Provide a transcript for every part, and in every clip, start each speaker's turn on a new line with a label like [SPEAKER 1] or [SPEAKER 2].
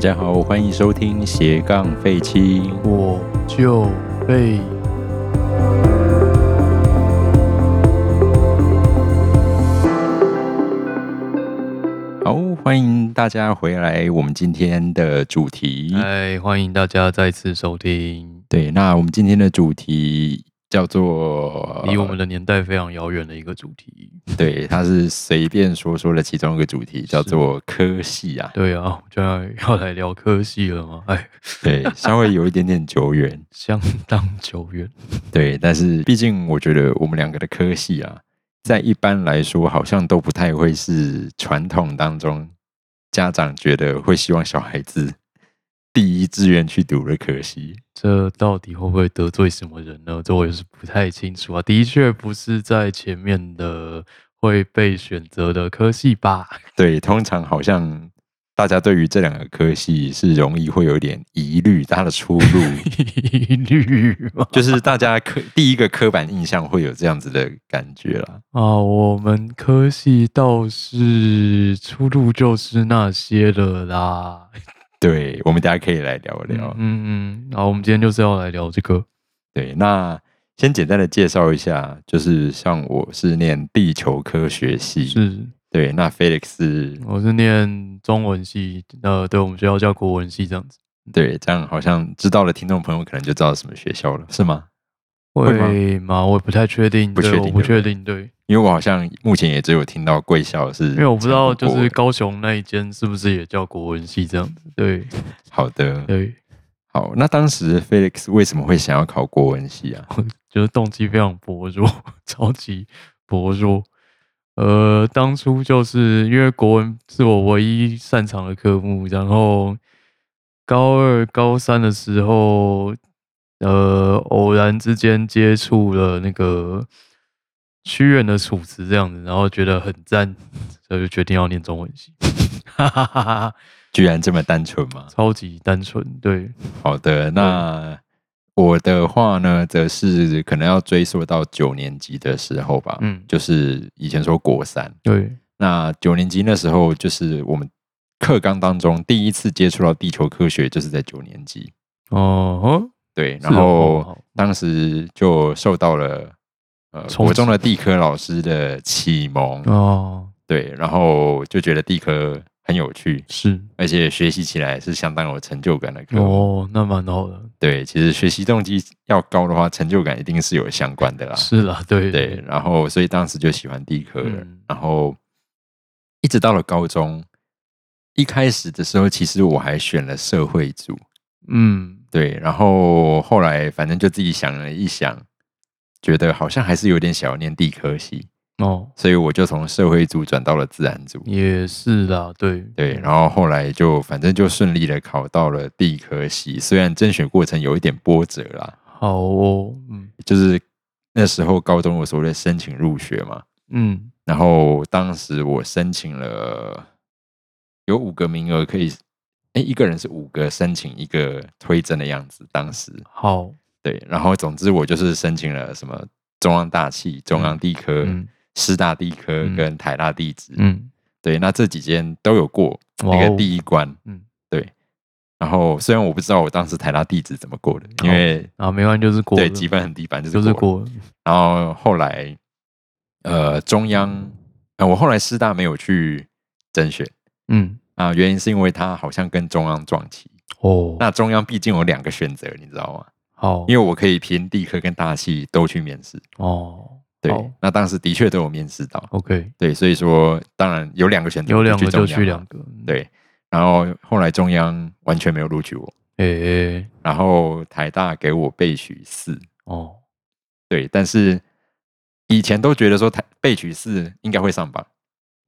[SPEAKER 1] 家好，欢迎收听斜杠废青。
[SPEAKER 2] 我就被
[SPEAKER 1] 好，欢迎大家回来。我们今天的主题，
[SPEAKER 2] 哎，欢迎大家再次收听，
[SPEAKER 1] 对，那我们今天的主题叫做
[SPEAKER 2] 离我们的年代非常遥远的一个主题。
[SPEAKER 1] 对，它是随便说说的其中一个主题，叫
[SPEAKER 2] 是
[SPEAKER 1] 做科系啊。
[SPEAKER 2] 对啊，我们就要要来聊科系了嘛，哎，
[SPEAKER 1] 对，稍微有一点点久远，
[SPEAKER 2] 相当久远。
[SPEAKER 1] 对，但是毕竟我觉得我们两个的科系啊，在一般来说好像都不太会是传统当中家长觉得会希望小孩子第一志愿去读的科系。
[SPEAKER 2] 这到底会不会得罪什么人呢？这我也是不太清楚啊。的确不是在前面的会被选择的科系吧？
[SPEAKER 1] 对，通常好像大家对于这两个科系是容易会有一点疑虑，它的出 路
[SPEAKER 2] 一律嘛
[SPEAKER 1] 就是大家刻第一个刻板印象会有这样子的感觉啦。
[SPEAKER 2] 啊，我们科系倒是出路就是那些了啦。
[SPEAKER 1] 对，我们大家可以来聊聊。
[SPEAKER 2] 嗯嗯，嗯好，我们今天就是要来聊这个。
[SPEAKER 1] 对，那先简单的介绍一下，就是像我是念地球科学系，
[SPEAKER 2] 是，嗯
[SPEAKER 1] 对，那 Felix 是
[SPEAKER 2] 我是念中文系，呃，对我们学校叫国文系这样子。
[SPEAKER 1] 对，这样好像知道的听众朋友可能就知道什么学校了，是吗？会吗
[SPEAKER 2] 会吗？我也不太确定，
[SPEAKER 1] 不
[SPEAKER 2] 对
[SPEAKER 1] 确
[SPEAKER 2] 我
[SPEAKER 1] 定
[SPEAKER 2] 不
[SPEAKER 1] 对
[SPEAKER 2] 确
[SPEAKER 1] 不
[SPEAKER 2] 定，对，
[SPEAKER 1] 因为我好像目前也只有听到贵校是，因
[SPEAKER 2] 因为我不知道就是高雄那一间是不是也叫国文系这样子。对
[SPEAKER 1] 好的，
[SPEAKER 2] 对，
[SPEAKER 1] 好，那当时 Felix 为什么会想要考国文系 啊？
[SPEAKER 2] 就是动机非常薄弱， 超级薄弱。呃，当初就是因为国文是我唯一擅长的科目，然后高二、高三的时候，呃，偶然之间接触了那个屈原的《楚辞》这样子，然后觉得很赞，所以就决定要念中文系。 哈哈哈哈，
[SPEAKER 1] 居然这么单纯吗？
[SPEAKER 2] 超级单纯，对，
[SPEAKER 1] 好的，那我的话呢，则是可能要追溯到九年级的时候吧，
[SPEAKER 2] 嗯
[SPEAKER 1] 就是以前说国三，
[SPEAKER 2] 对，
[SPEAKER 1] 那九年级那时候，就是我们课纲当中第一次接触到地球科学，就是在九年级。
[SPEAKER 2] 哦，
[SPEAKER 1] 对，
[SPEAKER 2] 是哦
[SPEAKER 1] 然
[SPEAKER 2] 哦
[SPEAKER 1] 后
[SPEAKER 2] 好
[SPEAKER 1] 当时就受到了呃
[SPEAKER 2] 冲击
[SPEAKER 1] 国中的地科老师的启蒙，
[SPEAKER 2] 哦，
[SPEAKER 1] 对，然后就觉得地科很有趣，
[SPEAKER 2] 是，
[SPEAKER 1] 而且学习起来是相当有成就感的科目。
[SPEAKER 2] 哦，那蛮好的，
[SPEAKER 1] 对，其实学习动机要高的话，成就感一定是有相关的啦。
[SPEAKER 2] 是啦，对
[SPEAKER 1] 啊对，，然后所以当时就喜欢地科了，
[SPEAKER 2] 嗯
[SPEAKER 1] 然后一直到了高中，一开始的时候，其实我还选了社会组，
[SPEAKER 2] 嗯，
[SPEAKER 1] 对，然后后来反正就自己想了一想，觉得好像还是有点想要念地科系，
[SPEAKER 2] 哦，
[SPEAKER 1] 所以我就从社会组转到了自然组，
[SPEAKER 2] 也是啦，对
[SPEAKER 1] 对，然后后来就反正就顺利的考到了地科系，虽然甄选过程有一点波折啦，
[SPEAKER 2] 好哦，嗯
[SPEAKER 1] 就是那时候高中我所谓的申请入学嘛，
[SPEAKER 2] 嗯，
[SPEAKER 1] 然后当时我申请了有五个名额可以，哎，一个人是五个申请一个推甄的样子。当时
[SPEAKER 2] 好，
[SPEAKER 1] 对，然后总之我就是申请了什么中央大气、中央地科、
[SPEAKER 2] 嗯
[SPEAKER 1] 师大地科
[SPEAKER 2] 嗯
[SPEAKER 1] 跟台大地质。
[SPEAKER 2] 嗯，
[SPEAKER 1] 对，那这几间都有过
[SPEAKER 2] 哇
[SPEAKER 1] 那个
[SPEAKER 2] 哦
[SPEAKER 1] 第一关。
[SPEAKER 2] 嗯，
[SPEAKER 1] 对。然后虽然我不知道我当时台大地质怎么过的，因为
[SPEAKER 2] 啊，没关系，就是过了，
[SPEAKER 1] 对积分很低，反正
[SPEAKER 2] 就
[SPEAKER 1] 就是是过了。
[SPEAKER 2] 过了，
[SPEAKER 1] 然后后来，呃，中央，呃，我后来师大没有去甄选
[SPEAKER 2] 嗯，
[SPEAKER 1] 啊、原因是因为他好像跟中央撞期。
[SPEAKER 2] 哦，
[SPEAKER 1] 那中央毕竟有两个选择，你知道吗？
[SPEAKER 2] 好，
[SPEAKER 1] 因为我可以凭地科跟大气都去面试。
[SPEAKER 2] 哦，
[SPEAKER 1] 对
[SPEAKER 2] 好，
[SPEAKER 1] 那当时的确都有面试到。
[SPEAKER 2] ，OK，
[SPEAKER 1] 对，所以说当然有两个选择，
[SPEAKER 2] 有两个
[SPEAKER 1] 我
[SPEAKER 2] 就
[SPEAKER 1] 去中央
[SPEAKER 2] 去两
[SPEAKER 1] 嘛
[SPEAKER 2] 个，，嗯
[SPEAKER 1] 对，然后后来中央完全没有录取我，
[SPEAKER 2] 诶，
[SPEAKER 1] 然后台大给我备取四，
[SPEAKER 2] 哦，
[SPEAKER 1] 对，但是以前都觉得说台备取四应该会上榜。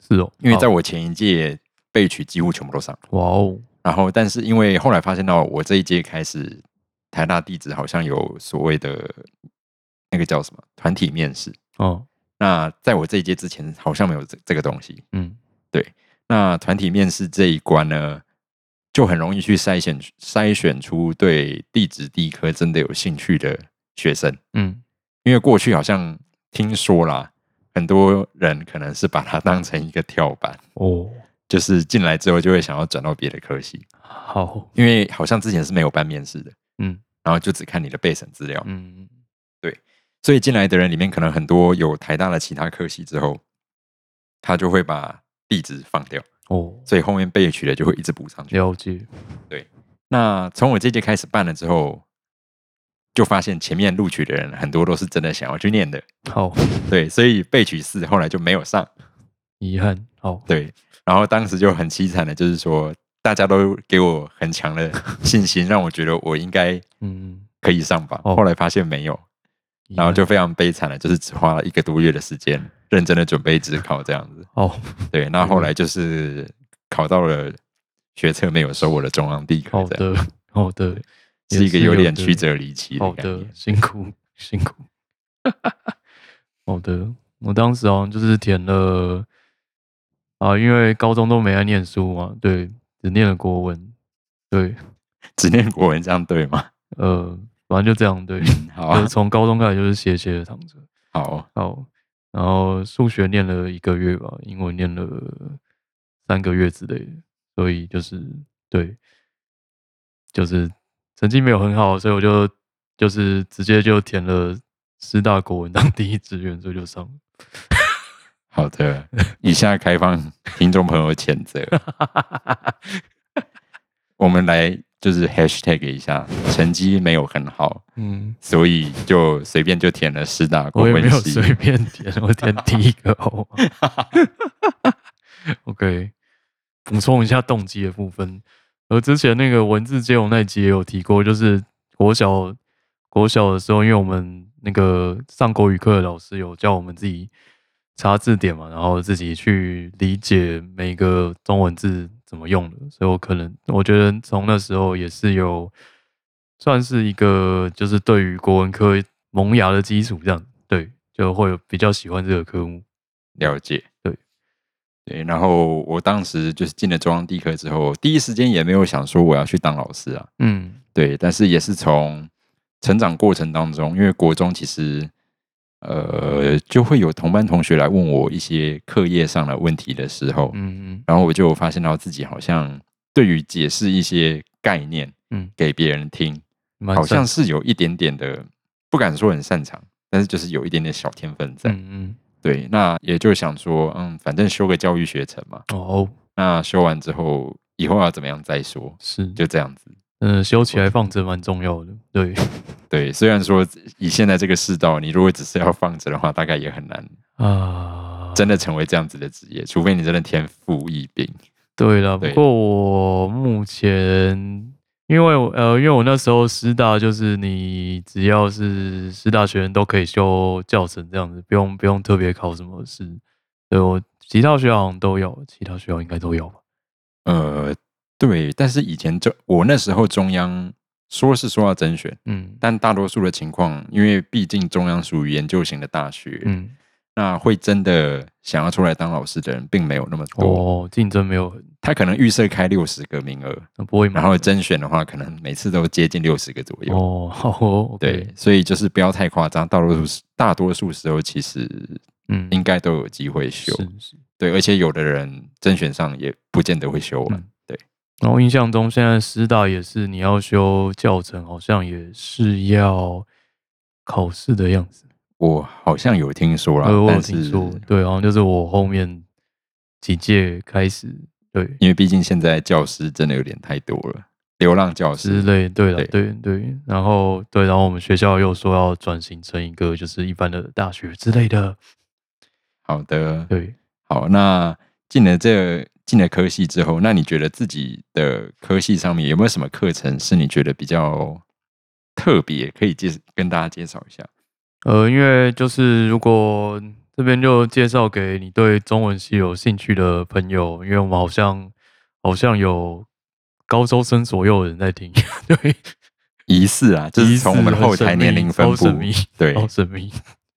[SPEAKER 2] 是哦，
[SPEAKER 1] 因为在
[SPEAKER 2] 好
[SPEAKER 1] 我前一届备取几乎全部都上，
[SPEAKER 2] 哇哦，
[SPEAKER 1] 然后但是因为后来发现到我这一届开始，台大地址好像有所谓的那个叫什么团体面试，
[SPEAKER 2] 哦，
[SPEAKER 1] 那在我这一届之前好像没有这这个东西。
[SPEAKER 2] 嗯，
[SPEAKER 1] 那团体面试这一关呢，就很容易去筛选筛选出对地质地科真的有兴趣的学生，
[SPEAKER 2] 嗯，
[SPEAKER 1] 因为过去好像听说啦，很多人可能是把它当成一个跳板。
[SPEAKER 2] 哦，
[SPEAKER 1] 就是进来之后就会想要转到别的科系，
[SPEAKER 2] 好，
[SPEAKER 1] 因为好像之前是没有办面试的，
[SPEAKER 2] 嗯
[SPEAKER 1] 然后就只看你的备审资料，
[SPEAKER 2] 嗯
[SPEAKER 1] 所以进来的人里面可能很多有台大的其他科系之后，他就会把地址放掉，
[SPEAKER 2] 哦，
[SPEAKER 1] 所以后面被取的就会一直补上去。
[SPEAKER 2] 了解，
[SPEAKER 1] 那从我这届开始办了之后，就发现前面录取的人很多都是真的想要去念的，
[SPEAKER 2] 好，
[SPEAKER 1] 对，所以被取四后来就没有上，
[SPEAKER 2] 遗憾，好，
[SPEAKER 1] 对，然后当时就很凄惨的，就是说大家都给我很强的信心，让我觉得我应该
[SPEAKER 2] 嗯，
[SPEAKER 1] 可以上吧，
[SPEAKER 2] 哦
[SPEAKER 1] 后来发现没有，
[SPEAKER 2] 遗
[SPEAKER 1] 然后
[SPEAKER 2] 憾
[SPEAKER 1] 就非常悲惨的，就是只花了一个多月的时间认真的准备职考这样子，
[SPEAKER 2] 好，
[SPEAKER 1] 对，那后来就是考到了学测没有收我的中央地科
[SPEAKER 2] 好，
[SPEAKER 1] 这样
[SPEAKER 2] 的，好的，哦 也
[SPEAKER 1] 是一个
[SPEAKER 2] 有
[SPEAKER 1] 有点
[SPEAKER 2] 的哦
[SPEAKER 1] 曲折离奇的
[SPEAKER 2] 好
[SPEAKER 1] 概念
[SPEAKER 2] 的，，辛苦辛苦。好的，我当时好像就是填了啊，因为高中都没在念书嘛，对，只念了国文，对，
[SPEAKER 1] 只念国文这样对吗？
[SPEAKER 2] 呃，反正就这样，对，
[SPEAKER 1] 好
[SPEAKER 2] 就是
[SPEAKER 1] 啊，
[SPEAKER 2] 从高中开始就是写写着躺着，
[SPEAKER 1] 好，
[SPEAKER 2] 好，然后数学念了一个月吧，英文念了三个月之类的，所以就是对，就是成绩没有很好，所以我就就是直接就填了师大国文当 第一志愿，所以就上了。
[SPEAKER 1] 好的，以下开放听众朋友谴 责，我们来就是 hashtag 一下，成绩没有很好，
[SPEAKER 2] 嗯，
[SPEAKER 1] 所以就随便就填了师大国
[SPEAKER 2] 我也没
[SPEAKER 1] 文
[SPEAKER 2] 有
[SPEAKER 1] 系，
[SPEAKER 2] 随便填，我填第一个好吗 OK，补充一下动机的部分。而之前那个文字接龙那一集也有提过，就是国小国小的时候，因为我们那个上国语课的老师有叫我们自己查字典嘛，然后自己去理解每个中文字怎么用的，所以我可能我觉得从那时候也是有算是一个就是对于国文科萌芽的基础，这样对，就会有比较喜欢这个科目。
[SPEAKER 1] 了解，
[SPEAKER 2] 对，
[SPEAKER 1] 对。然后我当时就是进了中央地科之后，第一时间也没有想说我要去当老师啊，
[SPEAKER 2] 嗯，
[SPEAKER 1] 对，但是也是从成长过程当中，因为国中其实呃就会有同班同学来问我一些课业上的问题的时候，
[SPEAKER 2] 嗯
[SPEAKER 1] 然后我就发现到自己好像对于解释一些概念，
[SPEAKER 2] 嗯，啊
[SPEAKER 1] 给别人听，
[SPEAKER 2] 蛮
[SPEAKER 1] 好像
[SPEAKER 2] 赞
[SPEAKER 1] 是有一点点的，不敢说很擅长，但是就是有一点点小天分在。
[SPEAKER 2] 嗯
[SPEAKER 1] 对，那也就想说，嗯，反正修个教育学程嘛，
[SPEAKER 2] 嗯，哦，
[SPEAKER 1] 那修完之后以后要怎么样再说，
[SPEAKER 2] 是，
[SPEAKER 1] 就这样子。
[SPEAKER 2] 嗯，修起来放着蛮重要的， 对，
[SPEAKER 1] 对，虽然说以现在这个世道，你如果只是要放着的话，大概也很难
[SPEAKER 2] 啊，
[SPEAKER 1] 真的成为这样子的职业，除非你真的天赋异禀。
[SPEAKER 2] 对了。不
[SPEAKER 1] 对
[SPEAKER 2] 过我目前，因为我呃，因为我那时候师大就是你只要是师大学生都可以修教程这样子，不用不用特别考什么试。对我其他学校好像都有，其他学校应该都有吧？
[SPEAKER 1] 呃，对，但是以前就我那时候中央说是说要甄选，
[SPEAKER 2] 嗯
[SPEAKER 1] 但大多数的情况，因为毕竟中央属于研究型的大学，
[SPEAKER 2] 嗯，
[SPEAKER 1] 那会真的想要出来当老师的人并没有那么多。
[SPEAKER 2] 哦，竞争没有很，
[SPEAKER 1] 他可能预设开六十个名额，
[SPEAKER 2] 那不会
[SPEAKER 1] 然
[SPEAKER 2] 满
[SPEAKER 1] 后
[SPEAKER 2] 的
[SPEAKER 1] 甄选的话，可能每次都接近六十个左右。
[SPEAKER 2] 嗯哦，好哦，OK，
[SPEAKER 1] 对，所以就是不要太夸张，大多数时大多数时候其实
[SPEAKER 2] 嗯，
[SPEAKER 1] 应该都有机会
[SPEAKER 2] 是
[SPEAKER 1] 修。
[SPEAKER 2] 是。
[SPEAKER 1] 对，而且有的人甄选上也不见得会修完。
[SPEAKER 2] 嗯
[SPEAKER 1] 对，
[SPEAKER 2] 然后印象中，现在师大也是你要修教程，好像也是要考试的样子。
[SPEAKER 1] 我好像有听说啦，
[SPEAKER 2] 呃，我有
[SPEAKER 1] 但
[SPEAKER 2] 听
[SPEAKER 1] 是
[SPEAKER 2] 说，对，好像就是我后面几届开始，对
[SPEAKER 1] 因为毕竟现在教师真的有点太多了，流浪教
[SPEAKER 2] 之
[SPEAKER 1] 师。
[SPEAKER 2] 类，对了，
[SPEAKER 1] 对
[SPEAKER 2] 对对，然后对，然后我们学校又说要转型成一个就是一般的大学之类的，
[SPEAKER 1] 好的，
[SPEAKER 2] 对，
[SPEAKER 1] 好，那进了这进了科系之后，那你觉得自己的科系上面有没有什么课程是你觉得比较特别，可以介跟大家介绍一下？
[SPEAKER 2] 呃，因为就是如果这边就介绍给你对中文系有兴趣的朋友，因为我们好像好像有高中生左右的人在听， 对，
[SPEAKER 1] 疑似啊，就是从我们的后台年龄分
[SPEAKER 2] 超神
[SPEAKER 1] 布，
[SPEAKER 2] 秘，
[SPEAKER 1] 对，
[SPEAKER 2] 超神秘，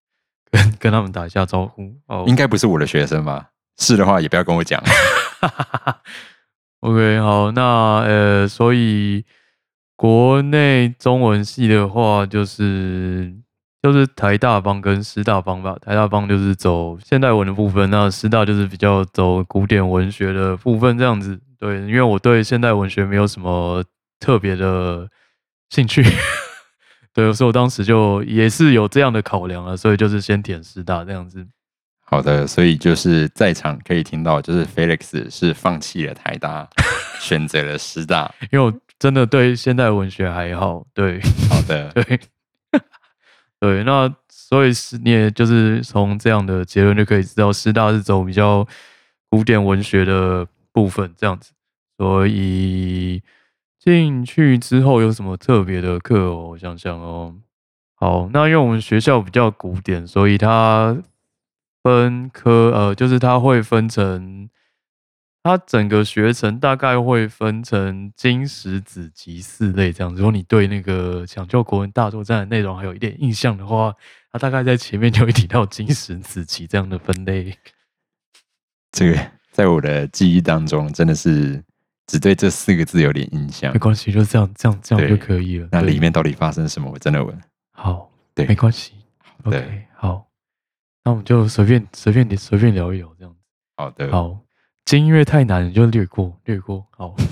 [SPEAKER 2] 跟跟他们打一下招呼哦。
[SPEAKER 1] 应该不是我的学生吧？是的话，也不要跟我 讲。
[SPEAKER 2] OK，好，那呃，所以国内中文系的话，就是就是台大帮跟师大帮吧。台大帮就是走现代文的部分，那师大就是比较走古典文学的部分这样子。对，因为我对现代文学没有什么特别的兴趣， 对，所以我当时就也是有这样的考量啊了，所以就是先填师大这样子。
[SPEAKER 1] 好的，所以就是在场可以听到，就是 Felix 是放弃了台 大，选择了师大。
[SPEAKER 2] 因为我真的对现代文学还好，对
[SPEAKER 1] 好的，
[SPEAKER 2] 对 对，那所以是你也就是从这样的结论就可以知道，师大是走比较古典文学的部分这样子，所以进去之后有什么特别的课哦？我想想哦，好，那因为我们学校比较古典，所以它分科呃，就是它会分成。它整个学程大概会分成金石子集四类这样子。如果你对那个《抢救国文大作战》的内容还有一点印象的话，它大概在前面就会提到金石子集这样的分类。
[SPEAKER 1] 这个在我的记忆当中真的是只对这四个字有点印象
[SPEAKER 2] 没。关系，就这样，这样，这样
[SPEAKER 1] 对
[SPEAKER 2] 就可以了。
[SPEAKER 1] 那
[SPEAKER 2] 对
[SPEAKER 1] 里面到底发生什么？我真的问。
[SPEAKER 2] 好，
[SPEAKER 1] 对
[SPEAKER 2] 没关系。
[SPEAKER 1] 的
[SPEAKER 2] OK，好，那我们就随便随便随便聊一聊这样子。
[SPEAKER 1] 好的，
[SPEAKER 2] 好，金因为太难，你就略过略过。好，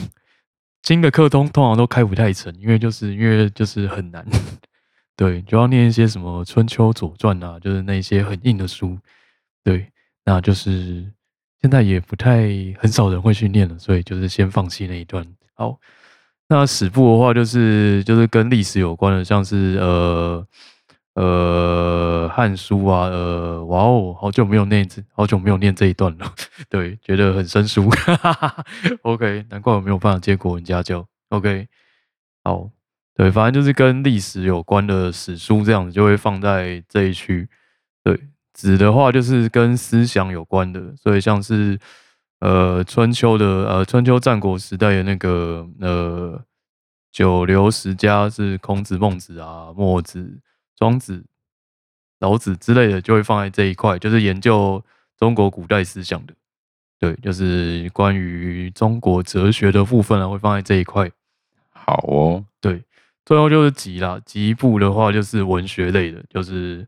[SPEAKER 2] 金的课通通常都开不太成，因为就是因为就是很难。 对，就要念一些什么《春秋左传》啊，就是那些很硬的书。对，那就是现在也不太很少人会去念了，所以就是先放弃那一段。好，那史部的话就是就是跟历史有关的，像是呃呃《汉书》啊，呃哇哦，好久没有念这，好久没有念这一段了，对，觉得很生疏。OK，难怪我没有办法接国文家教。OK，好，对，反正就是跟历史有关的史书这样子就会放在这一区。对，子的话就是跟思想有关的，所以像是呃春秋的呃春秋战国时代的那个呃九流十家是孔子、孟子啊、墨子、庄子、老子之类的，就会放在这一块，就是研究中国古代思想的。对，就是关于中国哲学的部分啊，会放在这一块。
[SPEAKER 1] 好哦，
[SPEAKER 2] 最后就是集啦，集部的话就是文学类的，就是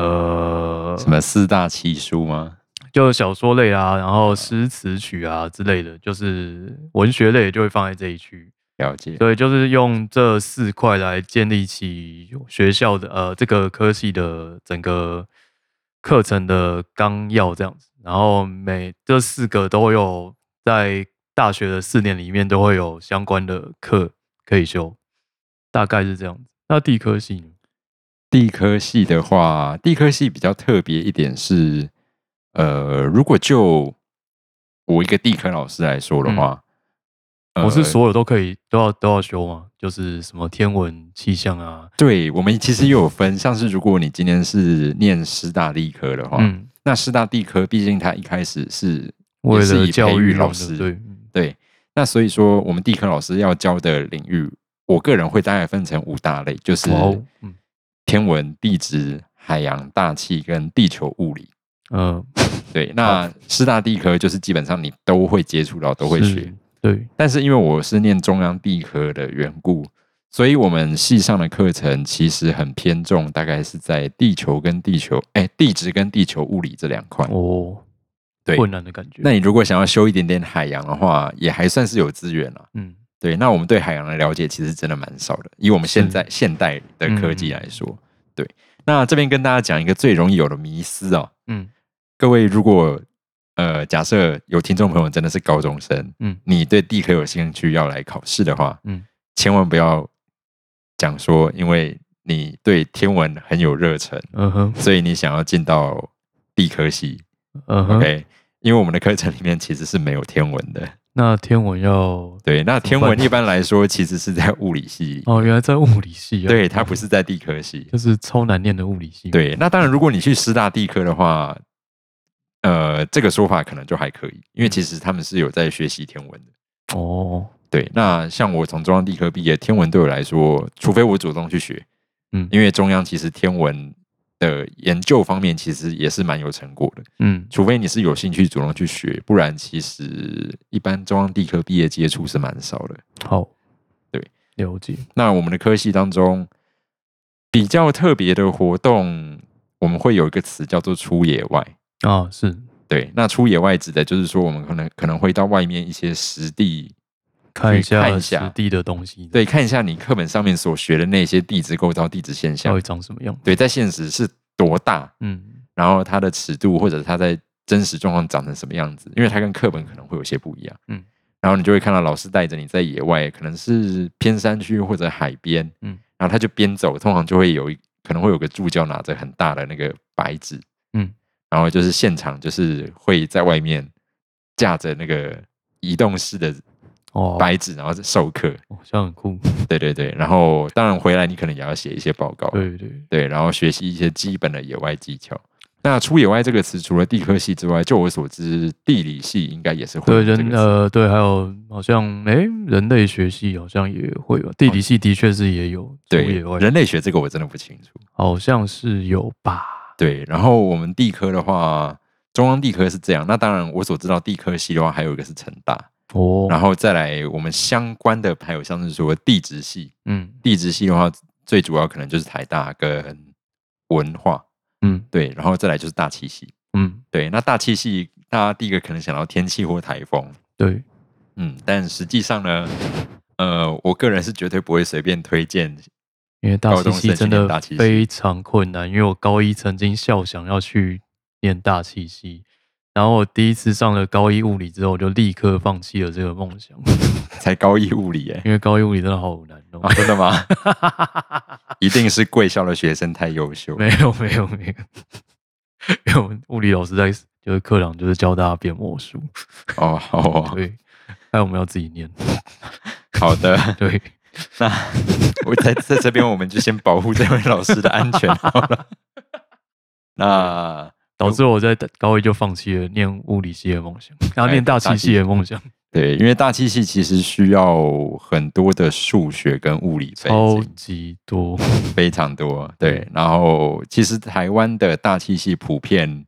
[SPEAKER 2] 呃
[SPEAKER 1] 什么四大奇书吗？
[SPEAKER 2] 就是小说类啊，然后诗词曲啊之类的，就是文学类就会放在这一区。
[SPEAKER 1] 了解。
[SPEAKER 2] 对，就是用这四块来建立起学校的呃这个科系的整个课程的纲要这样子。然后每这四个都有在大学的四年里面都会有相关的课可以修，大概是这样子。那地科系呢？
[SPEAKER 1] 地科系的话，地科系比较特别一点是，呃，如果就我一个地科老师来说的话，呃
[SPEAKER 2] 嗯我是所有都可以都要都要修吗？就是什么天文、气象啊，
[SPEAKER 1] 对我们其实也有分，像是如果你今天是念师大地科的话，
[SPEAKER 2] 嗯，
[SPEAKER 1] 那师大地科毕竟它一开始是
[SPEAKER 2] 为
[SPEAKER 1] 也是
[SPEAKER 2] 了
[SPEAKER 1] 以
[SPEAKER 2] 教
[SPEAKER 1] 培
[SPEAKER 2] 育
[SPEAKER 1] 育
[SPEAKER 2] 用
[SPEAKER 1] 老
[SPEAKER 2] 的
[SPEAKER 1] 师，
[SPEAKER 2] 对，嗯
[SPEAKER 1] 对，那所以说我们地科老师要教的领域，我个人会大概分成五大类，就是
[SPEAKER 2] 哇哦，嗯
[SPEAKER 1] 天文、地质、海洋、大气跟地球物理。
[SPEAKER 2] 呃，
[SPEAKER 1] 对，那师大地科就是基本上你都会接触到，都会
[SPEAKER 2] 是
[SPEAKER 1] 学。，
[SPEAKER 2] 对，
[SPEAKER 1] 但是因为我是念中央地科的缘故，所以我们系上的课程其实很偏重，大概是在地球跟地球，哎，地质跟地球物理这两块。
[SPEAKER 2] 哦，
[SPEAKER 1] 对
[SPEAKER 2] 困难的感觉。
[SPEAKER 1] 那你如果想要修一点点海洋的话，也还算是有资源哦啦。
[SPEAKER 2] 嗯，
[SPEAKER 1] 对，那我们对海洋的了解其实真的蛮少的，以我们现在现代的科
[SPEAKER 2] 嗯
[SPEAKER 1] 技来说，对。那这边跟大家讲一个最容易有的迷思哦，
[SPEAKER 2] 嗯
[SPEAKER 1] 各位如果呃假设有听众朋友真的是高中生，
[SPEAKER 2] 嗯
[SPEAKER 1] 你对地科有兴趣要来考试的话，
[SPEAKER 2] 嗯，
[SPEAKER 1] 千万不要讲说因为你对天文很有热忱，
[SPEAKER 2] 嗯哼，
[SPEAKER 1] 所以你想要进到地科系、
[SPEAKER 2] 嗯哼。
[SPEAKER 1] OK，因为我们的课程里面其实是没有天文的。
[SPEAKER 2] 那天文要
[SPEAKER 1] 对，那天文
[SPEAKER 2] 办
[SPEAKER 1] 一般来说其实是在物理系里，
[SPEAKER 2] 哦，原来在物理系啊。
[SPEAKER 1] 对，它不是在地科系。
[SPEAKER 2] 就是超难念的物理系。，啊
[SPEAKER 1] 对，那当然，如果你去师大地科的话，呃，这个说法可能就还可以，因为其实他们是有在学习天文的。
[SPEAKER 2] 哦，
[SPEAKER 1] 对，那像我从中央地科毕业，天文对我来说，除非我主动去学，
[SPEAKER 2] 嗯
[SPEAKER 1] 因为中央其实天文的研究方面其实也是蛮有成果的，
[SPEAKER 2] 嗯，
[SPEAKER 1] 除非你是有兴趣主动去学，不然其实一般中央地科毕业接触是蛮少的。
[SPEAKER 2] 好，
[SPEAKER 1] 对，
[SPEAKER 2] 了解。
[SPEAKER 1] 那我们的科系当中，比较特别的活动，我们会有一个词叫做出野外。
[SPEAKER 2] 啊，是
[SPEAKER 1] 对，那出野外指的就是说，我们可能可能会到外面一些实地，
[SPEAKER 2] 看一
[SPEAKER 1] 看
[SPEAKER 2] 下
[SPEAKER 1] 一下
[SPEAKER 2] 实地的东西，，
[SPEAKER 1] 对，看一下你课本上面所学的那些地质构造、地质现
[SPEAKER 2] 它
[SPEAKER 1] 象
[SPEAKER 2] 会，长什么样？
[SPEAKER 1] 对，在现实是多大，
[SPEAKER 2] 嗯，
[SPEAKER 1] 然后它的尺度或者它在真实状况长成什么样子，因为它跟课本可能会有些不一样，
[SPEAKER 2] 嗯，
[SPEAKER 1] 然后你就会看到老师带着你在野外，可能是偏山区或者海边，
[SPEAKER 2] 嗯，
[SPEAKER 1] 然后他就边走，通常就会有一可能会有个助教拿着很大的那个白纸，
[SPEAKER 2] 嗯，
[SPEAKER 1] 然后就是现场就是会在外面架着那个移动式的
[SPEAKER 2] 哦，
[SPEAKER 1] 白纸，然后授课，
[SPEAKER 2] 好像很酷，
[SPEAKER 1] 对对对，然后当然回来你可能也要写一些报告，
[SPEAKER 2] 对对，
[SPEAKER 1] 对，然后学习一些基本的野外技巧。那出野外这个词，除了地科系之外，就我所知，地理系应该也是会
[SPEAKER 2] 对
[SPEAKER 1] 有 这个
[SPEAKER 2] 人
[SPEAKER 1] 词。
[SPEAKER 2] 呃对，还有好像哎，人类学系好像也会有，地理系的确是也有，
[SPEAKER 1] 对
[SPEAKER 2] 出野外
[SPEAKER 1] 人类学这个我真的不清楚。
[SPEAKER 2] 好像是有吧？
[SPEAKER 1] 对，然后我们地科的话，中央地科是这样。那当然，我所知道地科系的话，还有一个是成大，
[SPEAKER 2] 哦，
[SPEAKER 1] 然后再来我们相关的还有像是说地质系，
[SPEAKER 2] 嗯
[SPEAKER 1] 地质系的话，最主要可能就是台大跟文化，
[SPEAKER 2] 嗯
[SPEAKER 1] 对，然后再来就是大气系。
[SPEAKER 2] 嗯，
[SPEAKER 1] 对，那大气系，大家第一个可能想到天气或台风，
[SPEAKER 2] 对，
[SPEAKER 1] 嗯，但实际上呢，呃，我个人是绝对不会随便推荐。
[SPEAKER 2] 因为大
[SPEAKER 1] 高
[SPEAKER 2] 气
[SPEAKER 1] 中
[SPEAKER 2] 系
[SPEAKER 1] 生去
[SPEAKER 2] 真
[SPEAKER 1] 念
[SPEAKER 2] 的
[SPEAKER 1] 大气系
[SPEAKER 2] 非常困难，因为我高一曾经笑想要去念大气系，然后我第一次上了高一物理之后，我就立刻放弃了这个梦想，
[SPEAKER 1] 才高一物理耶、
[SPEAKER 2] 因为高一物理真的好难哦。
[SPEAKER 1] 啊，真的 吗？ 一定是贵校的学生太优秀。
[SPEAKER 2] 没有没有没有，因为我们物理老师在就是课堂就是教大家变魔术，
[SPEAKER 1] 哦，好哦，
[SPEAKER 2] 对，还有我们要自己念，
[SPEAKER 1] 好的。
[SPEAKER 2] 对，
[SPEAKER 1] 那我在在这边，我们就先保护这位老师的安全好了。那
[SPEAKER 2] 导致我在高一就放弃了念物理系的梦想，然后
[SPEAKER 1] 哎
[SPEAKER 2] 念大
[SPEAKER 1] 大
[SPEAKER 2] 气
[SPEAKER 1] 气
[SPEAKER 2] 系的梦想。
[SPEAKER 1] 对，因为大气系其实需要很多的数学跟物理背
[SPEAKER 2] 超
[SPEAKER 1] 景，
[SPEAKER 2] 级多，
[SPEAKER 1] 非常多。对，然后其实台湾的大气系普遍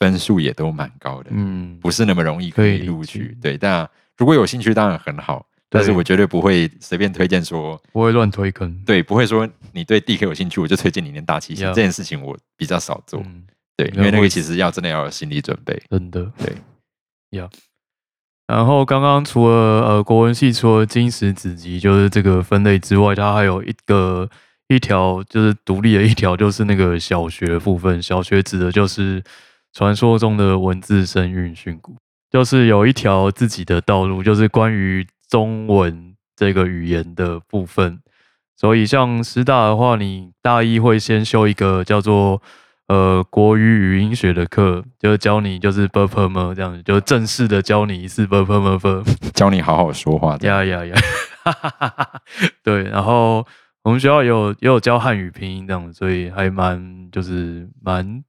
[SPEAKER 1] 分数也都蛮高的。
[SPEAKER 2] 嗯，
[SPEAKER 1] 不是那么容易
[SPEAKER 2] 可
[SPEAKER 1] 可
[SPEAKER 2] 以
[SPEAKER 1] 以
[SPEAKER 2] 理
[SPEAKER 1] 录
[SPEAKER 2] 解
[SPEAKER 1] 取。对，但如果有兴趣当然很好，但是
[SPEAKER 2] 对
[SPEAKER 1] 我绝对不会随便推荐说，
[SPEAKER 2] 不会乱推坑。
[SPEAKER 1] 对，不会说你对地科有兴趣，我就推荐你念大气系。
[SPEAKER 2] Yeah
[SPEAKER 1] 这件事情我比较少做，
[SPEAKER 2] 嗯，
[SPEAKER 1] 对，
[SPEAKER 2] 了
[SPEAKER 1] 因为那
[SPEAKER 2] 解
[SPEAKER 1] 个其实要真的要有心理准备。
[SPEAKER 2] 真的
[SPEAKER 1] 对
[SPEAKER 2] 呀。然后刚刚除了呃国文系除了金石子集就是这个分类之外，它还有一个一条就是独立的一条，就是那个小学的部分。小学指的就是传说中的文字声韵训诂，就是有一条自己的道路，就是关于中文这个语言的部分。所以像师大的话，你大一会先修一个叫做呃国语语音学的课，就是教你就是 b u r p e m 这样子，就正式的教你一次 b u r p e m b
[SPEAKER 1] 教你好好说话， 这样
[SPEAKER 2] 呀呀呀， 对，然后我们学校也有也有教汉语拼音这样子，所以还蛮就是蛮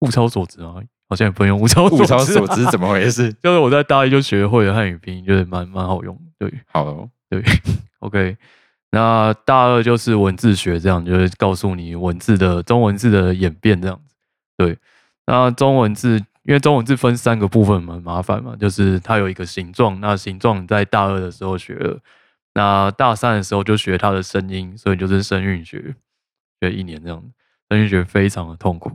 [SPEAKER 2] 物超所值啊，好像也不能用物超所
[SPEAKER 1] 物
[SPEAKER 2] 值、啊，
[SPEAKER 1] 超所值怎么回事？
[SPEAKER 2] 就是我在大一就学会了汉语拼音，就是蛮蛮好用的，对。
[SPEAKER 1] 好哦，
[SPEAKER 2] 对，OK。那大二就是文字学，这样就是告诉你文字的中文字的演变这样子。对，那中文字因为中文字分三个部分嘛，很麻烦嘛，就是它有一个形状，那形状你在大二的时候学了，那大三的时候就学它的声音，所以就是声韵学，学一年这样子。声韵学非常的痛苦。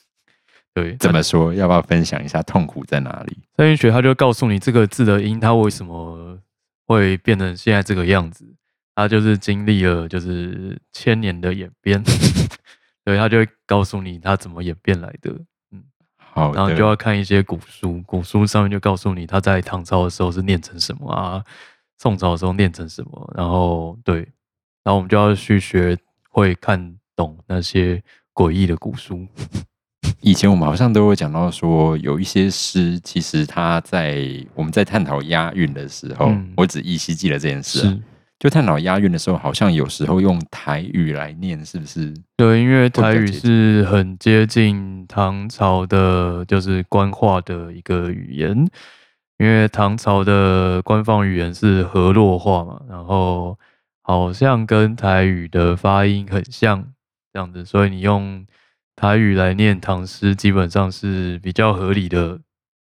[SPEAKER 2] 对，
[SPEAKER 1] 怎么说？要不要分享一下痛苦在哪里？
[SPEAKER 2] 声韵学它就告诉你这个字的音，它为什么会变成现在这个样子。它就是经历了就是千年的演变， 对，它就会告诉你它怎么演变来的。
[SPEAKER 1] 好
[SPEAKER 2] 然后你就
[SPEAKER 1] 的，
[SPEAKER 2] 要看一些古书，古书上面就告诉你它在唐朝的时候是念成什么啊，宋朝的时候念成什么。然后对，然后我们就要去学会看懂那些诡异的古书。
[SPEAKER 1] 以前我们好像都有讲到说，有一些诗，其实它在我们在探讨押韵的时候，
[SPEAKER 2] 嗯
[SPEAKER 1] 我只依稀记得这件事啊、就探讨押韵的时候，好像有时候用台语来念，是不是？
[SPEAKER 2] 对，因为
[SPEAKER 1] 会比较
[SPEAKER 2] 台语
[SPEAKER 1] 接近
[SPEAKER 2] 是很接近唐朝的，就是官话的一个语言。因为唐朝的官方语言是河洛话嘛，然后好像跟台语的发音很像，这样子，所以你用台语来念唐诗，基本上是比较合理的。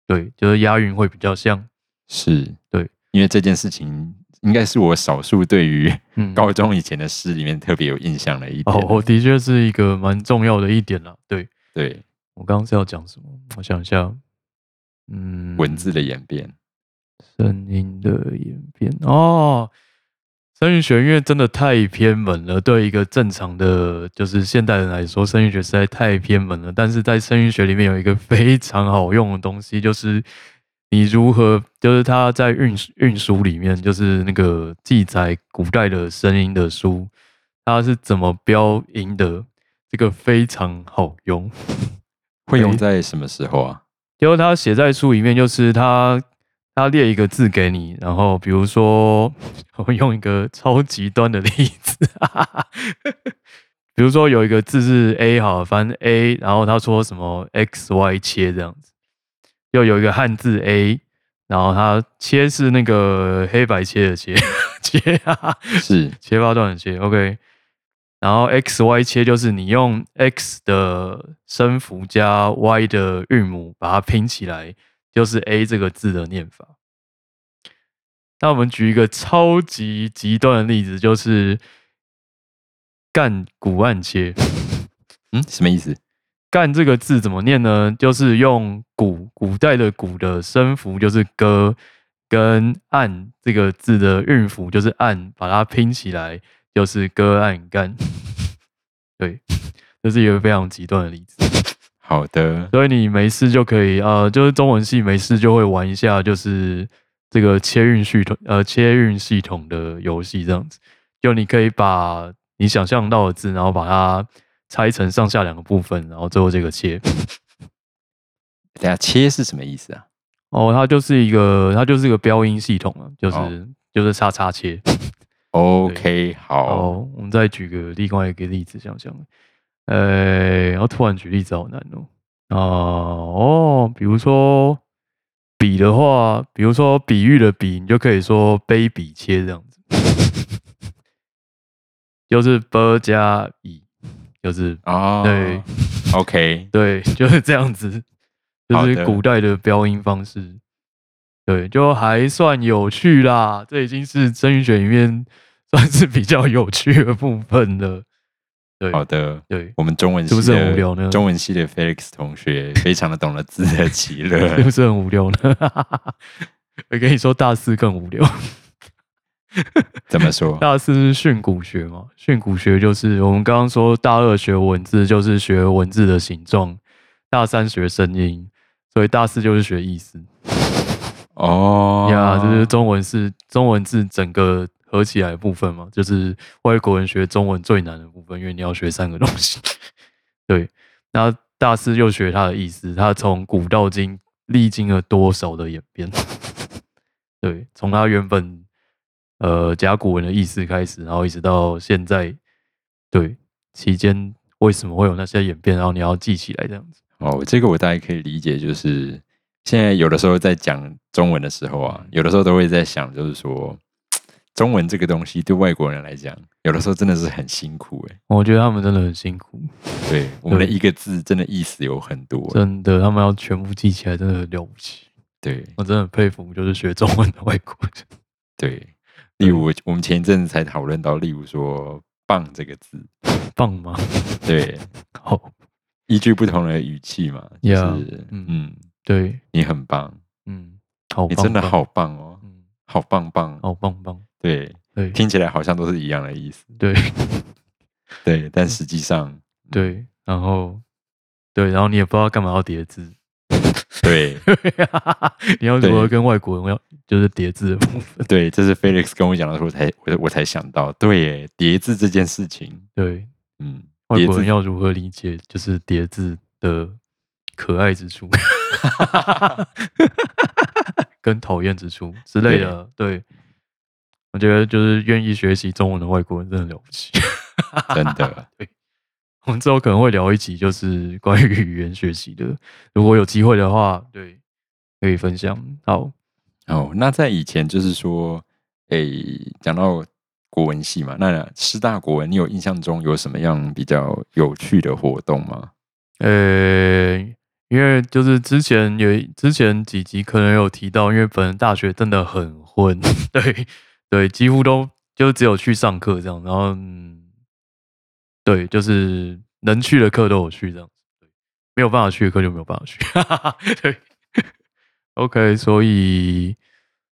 [SPEAKER 2] 对，就是押韵会比较像。
[SPEAKER 1] 是
[SPEAKER 2] 对，
[SPEAKER 1] 因为这件事情应该是我少数对于
[SPEAKER 2] 嗯，
[SPEAKER 1] 高中以前的诗里面特别有印象的一点。啊
[SPEAKER 2] 哦，的确是一个蛮重要的一点啦。对
[SPEAKER 1] 对，
[SPEAKER 2] 我刚刚是要讲什么？我想一下，嗯，
[SPEAKER 1] 文字的演变，
[SPEAKER 2] 声音的演变哦。声韵学因为真的太偏门了，对一个正常的就是现代人来说，声韵学实在太偏门了。但是在声韵学里面有一个非常好用的东西，就是你如何，就是它在运运输里面，就是那个记载古代的声音的书，它是怎么标音的，这个非常好用。
[SPEAKER 1] 会用在什么时候啊？
[SPEAKER 2] 就是他写在书里面，就是他他列一个字给你，然后比如说 我用一个超极端的例子， 比如说有一个字是 A 好了，反正 A，然后他说什么 X Y 切这样子，又有一个汉字 A，然后他切是那个黑白切 的切切啊，
[SPEAKER 1] 是
[SPEAKER 2] 切八段的切，OK。然后 x y 切就是你用 x 的声符加 y 的韵母把它拼起来，就是 a 这个字的念法。那我们举一个超级极端的例子，就是干古按切。
[SPEAKER 1] 嗯，什么意思？
[SPEAKER 2] 干这个字怎么念呢？就是用古古代的古的声符，就是歌，跟按这个字的韵符，就是按，把它拼起来，就是歌按干。 对，这是一个非常极端的例子。
[SPEAKER 1] 好的，
[SPEAKER 2] 所以你没事就可以，呃，就是中文系没事就会玩一下，就是这个切运系统，呃，切运系统的游戏这样子。就你可以把你想象到的字，然后把它拆成上下两个部分，然后最后这个切。
[SPEAKER 1] 等一下切是什么意思啊？
[SPEAKER 2] 哦，它就是一个，它就是一个标音系统啊，就是、
[SPEAKER 1] 哦
[SPEAKER 2] 就是叉叉切。
[SPEAKER 1] OK，好，
[SPEAKER 2] 哦，我们再举个另外一个例子，想想，呃，然后突然举例子好难哦。啊、哦，比如说比的话，比如说比喻的比，你就可以说杯比切这样子， 就是波加乙，就是
[SPEAKER 1] 哦，
[SPEAKER 2] 对
[SPEAKER 1] ，OK，
[SPEAKER 2] 对， 就是这样子，就
[SPEAKER 1] 好
[SPEAKER 2] 是
[SPEAKER 1] 的
[SPEAKER 2] 古代的标音方式。对，就还算有趣啦。这已经是真语学里面 算是比较有趣的部分了。对，
[SPEAKER 1] 好的。
[SPEAKER 2] 对，
[SPEAKER 1] 我们中文系
[SPEAKER 2] 是不
[SPEAKER 1] 的
[SPEAKER 2] 是很无聊呢
[SPEAKER 1] 中文系的 Felix 同学非常的懂得自得其乐
[SPEAKER 2] 是， 不是很无聊呢？我跟你说，大四更无 聊。
[SPEAKER 1] 怎么说？
[SPEAKER 2] 大四是训诂学嘛？训诂学就是我们刚刚说大二学文字，就是学文字的形状；大三学声音，所以大四就是学意思。
[SPEAKER 1] 哦，
[SPEAKER 2] 呀，就是中文是中文字整个合起来的部分嘛，就是外国人学中文最难的部分，因为你要学三个东西。 对，那大师就学他的意思，他从古到今历经了多少的演变？ 对，从他原本呃甲骨文的意思开始，然后一直到现在，对期间为什么会有那些演变，然后你要记起来这样子。
[SPEAKER 1] 哦，这个我大概可以理解，就是现在有的时候在讲中文的时候
[SPEAKER 2] 嗯
[SPEAKER 1] 啊，有的时候都会在想，就是说中文这个东西对外国人来讲，有的时候真的是很辛苦哎、
[SPEAKER 2] 我觉得他们真的很辛苦，
[SPEAKER 1] 对，我们的
[SPEAKER 2] 对
[SPEAKER 1] 一个字真的意思有很多欸、
[SPEAKER 2] 真的，他们要全部记起来，真的很了不起。
[SPEAKER 1] 对
[SPEAKER 2] 我真的很佩服，就是学中文的外国人。
[SPEAKER 1] 对。例如我，我们前一阵子才讨论到，例如说“棒”这个字，
[SPEAKER 2] 棒吗？
[SPEAKER 1] 对，
[SPEAKER 2] 好，
[SPEAKER 1] 依据不同的语气嘛，就是
[SPEAKER 2] Yeah，嗯
[SPEAKER 1] 嗯，
[SPEAKER 2] 对，
[SPEAKER 1] 你很棒，
[SPEAKER 2] 嗯，好
[SPEAKER 1] 你
[SPEAKER 2] 棒，
[SPEAKER 1] 真的
[SPEAKER 2] 棒，
[SPEAKER 1] 好棒哦，
[SPEAKER 2] 嗯，
[SPEAKER 1] 好棒棒，
[SPEAKER 2] 好棒棒，
[SPEAKER 1] 对，
[SPEAKER 2] 对，
[SPEAKER 1] 听起来好像都是一样的意思，
[SPEAKER 2] 对，
[SPEAKER 1] 对，但实际上，
[SPEAKER 2] 对，然后，对，然后你也不知道干嘛要叠字，
[SPEAKER 1] 对
[SPEAKER 2] 你要如何
[SPEAKER 1] 对
[SPEAKER 2] 跟外国人要就是叠字的部分？
[SPEAKER 1] 对，这是 Felix 跟我讲的时候，我才我我才想到，对耶，叠字这件事情，
[SPEAKER 2] 对，
[SPEAKER 1] 嗯，
[SPEAKER 2] 外
[SPEAKER 1] 叠
[SPEAKER 2] 国
[SPEAKER 1] 字
[SPEAKER 2] 人要如何理解就是叠字的可爱之处， 跟讨厌之处之类的？对，我觉得就是愿意学习中文的外国人真的了不起。
[SPEAKER 1] 真的
[SPEAKER 2] 我们之后可能会聊一集，就是关于语言学习的。如果有机会的话，对，可以分享。好，
[SPEAKER 1] 哦。那在以前就是说，诶，讲到国文系嘛，那师大国文，你有印象中有什么样比较有趣的活动吗？
[SPEAKER 2] 呃，因为就是之前 有之前几集可能有提到，因为本人大学真的很混，对对，几乎都就只有去上课这样，然后嗯，对，就是能去的课都有去这样，对，没有办法去的课就没有办法去， 哈哈哈，对，OK，所以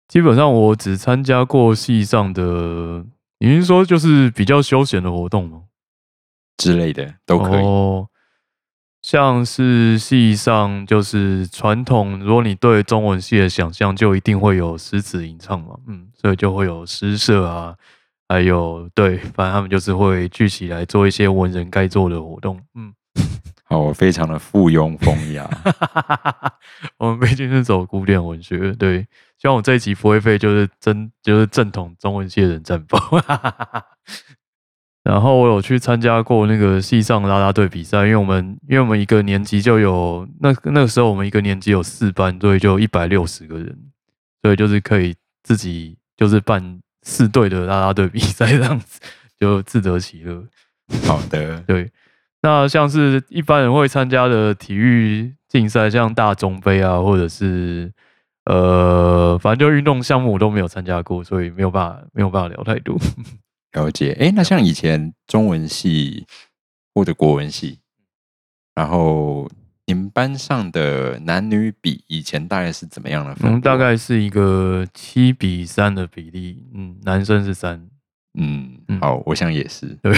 [SPEAKER 2] 基本上我只参加过系上的，你是说就是比较休闲的活动吗？
[SPEAKER 1] 之类的都可以。
[SPEAKER 2] 哦，像是系上就是传统，如果你对中文系的想象，就一定会有诗词吟唱嘛，嗯，所以就会有诗社啊，还有对，反正他们就是会聚起来做一些文人该做的活动，嗯，
[SPEAKER 1] 好，我非常的附庸风雅。
[SPEAKER 2] 我们毕竟是走古典文学，对，希望我这一集不会被就是真就是正统中文系的人战爆。 然后我有去参加过那个系上啦啦队比赛，因为我们因为我们一个年级就有那那个时候我们一个年级有四班，所以就一百六十个人，所以就是可以自己就是办四队的啦啦队比赛这样子，就自得其乐。
[SPEAKER 1] 好的，
[SPEAKER 2] 对，那像是一般人会参加的体育竞赛，像大中杯啊，或者是呃，反正就运动项目我都没有参加过，所以没有办法没有办法聊 太多。
[SPEAKER 1] 了解。哎，那像以前中文系或者国文系，然后你们班上的男女比以前大概是怎么样的
[SPEAKER 2] 我
[SPEAKER 1] 分布啊？
[SPEAKER 2] 们嗯大概是一个七比三的比例，嗯，男生是三，
[SPEAKER 1] 嗯，
[SPEAKER 2] 嗯
[SPEAKER 1] 好，我想也是，
[SPEAKER 2] 对，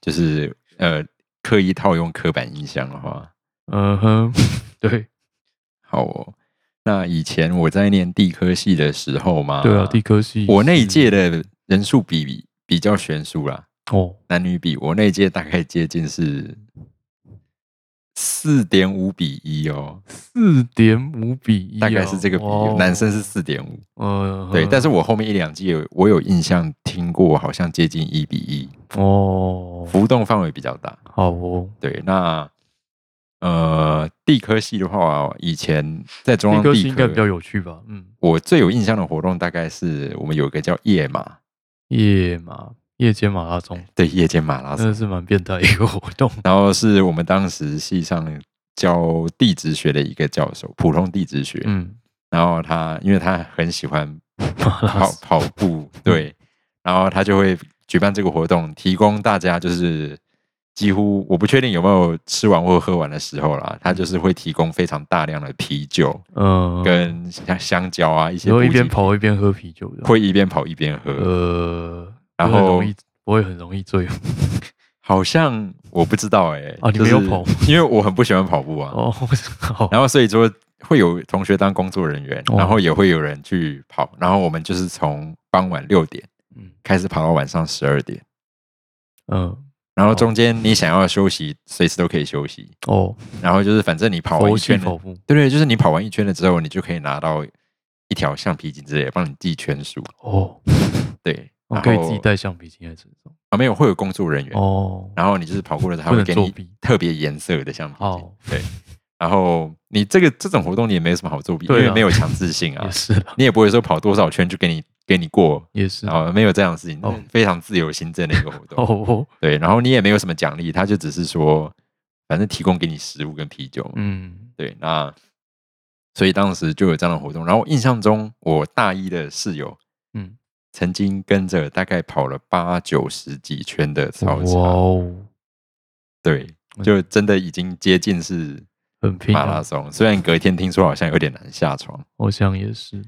[SPEAKER 1] 就是呃，刻意套用刻板印象的话，
[SPEAKER 2] 嗯哼， 对
[SPEAKER 1] 好哦。那以前我在念地科系的时候嘛，
[SPEAKER 2] 对啊，地科系
[SPEAKER 1] 我那一
[SPEAKER 2] 是
[SPEAKER 1] 届的人数比比比较悬殊啦，
[SPEAKER 2] 哦，
[SPEAKER 1] 男女比，我那一届大概接近是四点五比一哦，
[SPEAKER 2] 四点五比一、啊哦
[SPEAKER 1] 大概是这个比例，男生是四点五，
[SPEAKER 2] 呃，
[SPEAKER 1] 对。但是我后面一两季有我有印象听过，好像接近一比一，
[SPEAKER 2] 哦，
[SPEAKER 1] 浮动范围比较大。
[SPEAKER 2] 好哦，
[SPEAKER 1] 对，那呃，地科系的话，以前在中
[SPEAKER 2] 地
[SPEAKER 1] 央
[SPEAKER 2] 科
[SPEAKER 1] 地
[SPEAKER 2] 系应该比较有趣吧，嗯。
[SPEAKER 1] 我最有印象的活动大概是我们有一个叫夜马，
[SPEAKER 2] 夜马夜间马拉松，
[SPEAKER 1] 对，夜间哎马拉
[SPEAKER 2] 真
[SPEAKER 1] 松，
[SPEAKER 2] 的是蛮变态的一个活 动。
[SPEAKER 1] 然后是我们当时系上教地质学的一个教授，普通地质学，
[SPEAKER 2] 嗯，
[SPEAKER 1] 然后他因为他很喜欢
[SPEAKER 2] 马 拉
[SPEAKER 1] 跑
[SPEAKER 2] 松，
[SPEAKER 1] 跑步，
[SPEAKER 2] 嗯
[SPEAKER 1] 对，然后他就会举办这个活动，提供大家就是几乎我不确定有没有吃完或喝完的时候啦，他就是会提供非常大量的啤酒
[SPEAKER 2] 嗯，
[SPEAKER 1] 跟香香蕉啊一些
[SPEAKER 2] 然后
[SPEAKER 1] 补
[SPEAKER 2] 一
[SPEAKER 1] 给品，
[SPEAKER 2] 边跑一边喝啤酒的，
[SPEAKER 1] 会一边跑一边喝，
[SPEAKER 2] 呃，
[SPEAKER 1] 然
[SPEAKER 2] 不会很
[SPEAKER 1] 后
[SPEAKER 2] 容易不会很容易醉
[SPEAKER 1] 好像我不知道哎、
[SPEAKER 2] 啊你
[SPEAKER 1] 就
[SPEAKER 2] 没有
[SPEAKER 1] 是
[SPEAKER 2] 跑，
[SPEAKER 1] 因为我很不喜欢跑步啊，
[SPEAKER 2] 哦。好，
[SPEAKER 1] 然后所以说会有同学当工作人员，
[SPEAKER 2] 哦
[SPEAKER 1] 然后也会有人去跑，然后我们就是从傍晚六点
[SPEAKER 2] 嗯
[SPEAKER 1] 开始跑到晚上十二点，
[SPEAKER 2] 嗯
[SPEAKER 1] 然后中间你想要休息，随时都可以休息，
[SPEAKER 2] 哦，
[SPEAKER 1] 然后就是反正你跑完
[SPEAKER 2] 佛
[SPEAKER 1] 哦一
[SPEAKER 2] 系
[SPEAKER 1] 圈
[SPEAKER 2] 跑
[SPEAKER 1] 了，
[SPEAKER 2] 步
[SPEAKER 1] 对对，就是你跑完一圈了之后，你就可以拿到一条橡皮筋之类的，帮你记圈数，
[SPEAKER 2] 哦，
[SPEAKER 1] 对，
[SPEAKER 2] 我
[SPEAKER 1] 然
[SPEAKER 2] 哦可以
[SPEAKER 1] 后
[SPEAKER 2] 自己带橡皮筋在身上
[SPEAKER 1] 啊没有会有工作人员，
[SPEAKER 2] 哦。
[SPEAKER 1] 然后你就是跑过了，他会
[SPEAKER 2] 不能
[SPEAKER 1] 给
[SPEAKER 2] 作
[SPEAKER 1] 你
[SPEAKER 2] 弊哦
[SPEAKER 1] 特别颜色的橡皮筋
[SPEAKER 2] 好，
[SPEAKER 1] 对，然后你这个这种活动你也没有什么好作弊，因
[SPEAKER 2] 对啊
[SPEAKER 1] 为没有强制性 啊
[SPEAKER 2] 也，是啦，
[SPEAKER 1] 你也不会说跑多少圈就给你给你过，
[SPEAKER 2] 也是
[SPEAKER 1] 然后没有这样的事情，那
[SPEAKER 2] 哦
[SPEAKER 1] 是非常自由新政的一个活动。
[SPEAKER 2] 哦，
[SPEAKER 1] 对，然后你也没有什么奖励，他就只是说，反正提供给你食物跟啤酒。
[SPEAKER 2] 嗯，
[SPEAKER 1] 对，那所以当时就有这样的活动。然后我印象中，我大一的室友，
[SPEAKER 2] 嗯，
[SPEAKER 1] 曾经跟着大概跑了八九十几圈的
[SPEAKER 2] 哇
[SPEAKER 1] 操场，
[SPEAKER 2] 哦，
[SPEAKER 1] 对，就真的已经接近是
[SPEAKER 2] 很拼
[SPEAKER 1] 马拉
[SPEAKER 2] 啊，
[SPEAKER 1] 松。虽然隔天听说好像有点难下床，
[SPEAKER 2] 我想也是，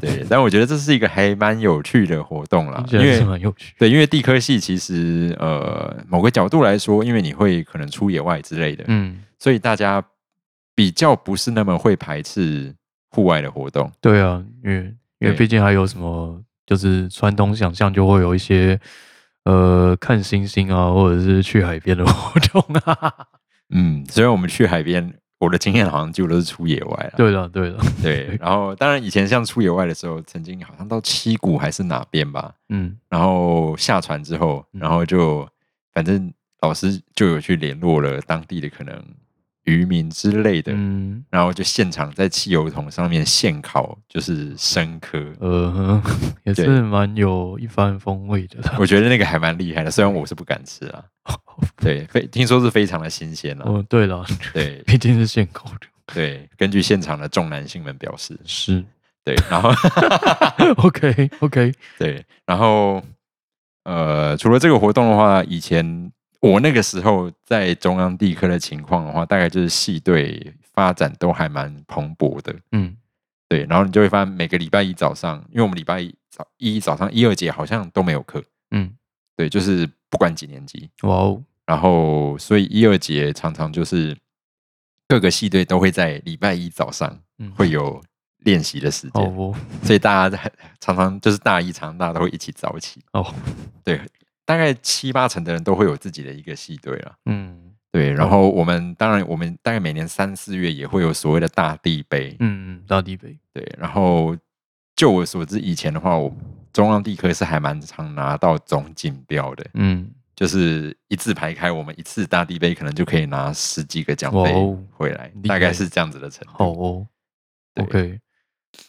[SPEAKER 1] 对，但我觉得这是一个还蛮有趣的活动啦
[SPEAKER 2] 听，起
[SPEAKER 1] 因
[SPEAKER 2] 来
[SPEAKER 1] 为
[SPEAKER 2] 是蛮有趣的。
[SPEAKER 1] 对，因为地科系其实呃，某个角度来说，因为你会可能出野外之类的，
[SPEAKER 2] 嗯，
[SPEAKER 1] 所以大家比较不是那么会排斥户外的活动。
[SPEAKER 2] 对啊，因为因为
[SPEAKER 1] 对
[SPEAKER 2] 毕竟还有什么，就是传统想象就会有一些，呃，看星星啊，或者是去海边的 活动啊。
[SPEAKER 1] 嗯，所以我们去海边，我的经验好像就都是出野外了。
[SPEAKER 2] 对了对了，
[SPEAKER 1] 对，然后当然以前像出野外的时候，曾经好像到七股还是哪边吧，
[SPEAKER 2] 嗯，
[SPEAKER 1] 然后下船之后，然后就反正老师就有去联络了当地的可能渔民之类的，
[SPEAKER 2] 嗯，
[SPEAKER 1] 然后就现场在汽油桶上面现烤，就是生科。
[SPEAKER 2] 呃，也
[SPEAKER 1] 对
[SPEAKER 2] 是蛮有一番风味的啦。
[SPEAKER 1] 我觉得那个还蛮厉害的，虽然我是不敢吃 啊。对，非听说是非常的新鲜啊。
[SPEAKER 2] 哦，对了，
[SPEAKER 1] 对
[SPEAKER 2] 毕竟是现烤的，
[SPEAKER 1] 对，根据现场的众男性们表示，
[SPEAKER 2] 是
[SPEAKER 1] 对，然后
[SPEAKER 2] OK OK，
[SPEAKER 1] 对，然后呃，除了这个活动的话，以前我那个时候在中央地科的情况的话，大概就是系队发展都还蛮蓬勃的，
[SPEAKER 2] 嗯，
[SPEAKER 1] 对，然后你就会发现每个礼拜一早上，因为我们礼拜一早一早上一二节好像都没有课，
[SPEAKER 2] 嗯，
[SPEAKER 1] 对，就是不管几年级，
[SPEAKER 2] 哇哦，
[SPEAKER 1] 然后所以一二节常常就是各个系队都会在礼拜一早上
[SPEAKER 2] 嗯，
[SPEAKER 1] 会有练习的时
[SPEAKER 2] 好
[SPEAKER 1] 间，
[SPEAKER 2] 哦
[SPEAKER 1] 所以大家在常常就是大一常大家都会一起早起，
[SPEAKER 2] 哦，
[SPEAKER 1] 对，大概七八成的人都会有自己的一个系队了。
[SPEAKER 2] 嗯
[SPEAKER 1] 对，然
[SPEAKER 2] 哦
[SPEAKER 1] 后我们当然，我们大概每年三四月也会有所谓的大地杯，
[SPEAKER 2] 嗯，嗯，大地杯，
[SPEAKER 1] 对，然后就我所知，以前的话，我中央地科是还蛮常拿到总锦标的，
[SPEAKER 2] 嗯，
[SPEAKER 1] 就是一字排开，我们一次大地杯可能就可以拿十几个奖
[SPEAKER 2] 哇
[SPEAKER 1] 杯
[SPEAKER 2] 哦
[SPEAKER 1] 回来，
[SPEAKER 2] 厉
[SPEAKER 1] 大概
[SPEAKER 2] 害
[SPEAKER 1] 是这样子的程
[SPEAKER 2] 好
[SPEAKER 1] 度。
[SPEAKER 2] 哦
[SPEAKER 1] 对
[SPEAKER 2] ，OK，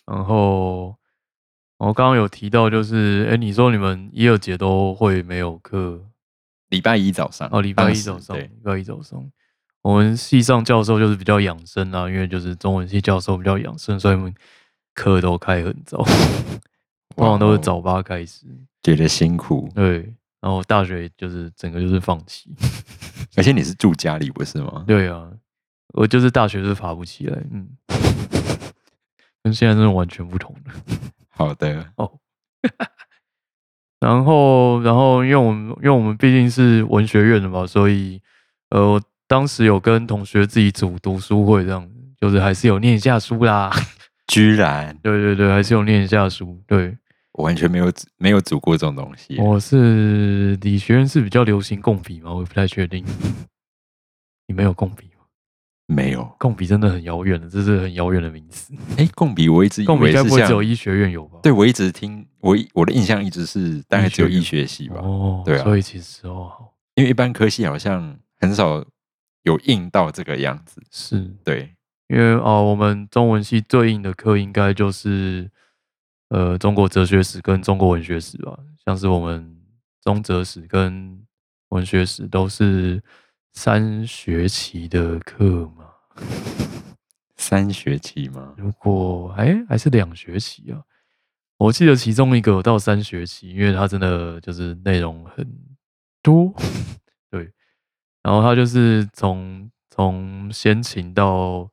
[SPEAKER 2] 然后我刚刚有提到就是，哎，你说你们一二节都会没有课，
[SPEAKER 1] 礼拜一早上，
[SPEAKER 2] 哦，礼拜
[SPEAKER 1] 当
[SPEAKER 2] 一
[SPEAKER 1] 时
[SPEAKER 2] 早上，
[SPEAKER 1] 对
[SPEAKER 2] 礼拜一早上，我们系上教授就是比较养生啊，因为就是中文系教授比较养生，所以我们课都开很 早，通常都
[SPEAKER 1] 哇
[SPEAKER 2] 是
[SPEAKER 1] 哦
[SPEAKER 2] 早八开始。
[SPEAKER 1] 觉得辛苦，
[SPEAKER 2] 对，然后大学就是整个就是放弃。
[SPEAKER 1] 而且你是住家里不是吗？
[SPEAKER 2] 对啊，我就是大学是爬不起来，嗯， 跟现在真的完全不同了。
[SPEAKER 1] 好的，
[SPEAKER 2] 然后，然后，因为我们因为我们毕竟是文学院的嘛，所以呃，我当时有跟同学自己组读书会，这样子就是还是有念一下书啦。
[SPEAKER 1] 居然
[SPEAKER 2] 对对对，还是有念一下书。对，
[SPEAKER 1] 我完全没有组没有组过这种东西。
[SPEAKER 2] 我是理学院是比较流行共笔嘛，我也不太确定。你没有共笔吗？
[SPEAKER 1] 没有，
[SPEAKER 2] 共笔真的很遥远的，这是很遥远的名词。
[SPEAKER 1] 哎，共笔我一直以
[SPEAKER 2] 共笔
[SPEAKER 1] 为
[SPEAKER 2] 该
[SPEAKER 1] 是
[SPEAKER 2] 不会
[SPEAKER 1] 像
[SPEAKER 2] 只有医学院有吧？
[SPEAKER 1] 对我一直听我一我的印象一直是大概只有
[SPEAKER 2] 医
[SPEAKER 1] 医
[SPEAKER 2] 学
[SPEAKER 1] 学系吧，
[SPEAKER 2] 哦，
[SPEAKER 1] 对啊
[SPEAKER 2] 所以其实哦，
[SPEAKER 1] 因为一般科系好像很少有硬到这个样子。
[SPEAKER 2] 是
[SPEAKER 1] 对，
[SPEAKER 2] 因为哦，我们中文系最硬的课应该就是呃中国哲学史跟中国文学史吧，像是我们中哲史跟文学史都是三学期的课嘛。
[SPEAKER 1] 三学期吗？
[SPEAKER 2] 如果哎、还是两学期啊，我记得其中一个有到三学期，因为它真的就是内容很多， 对，然后它就是从从先秦到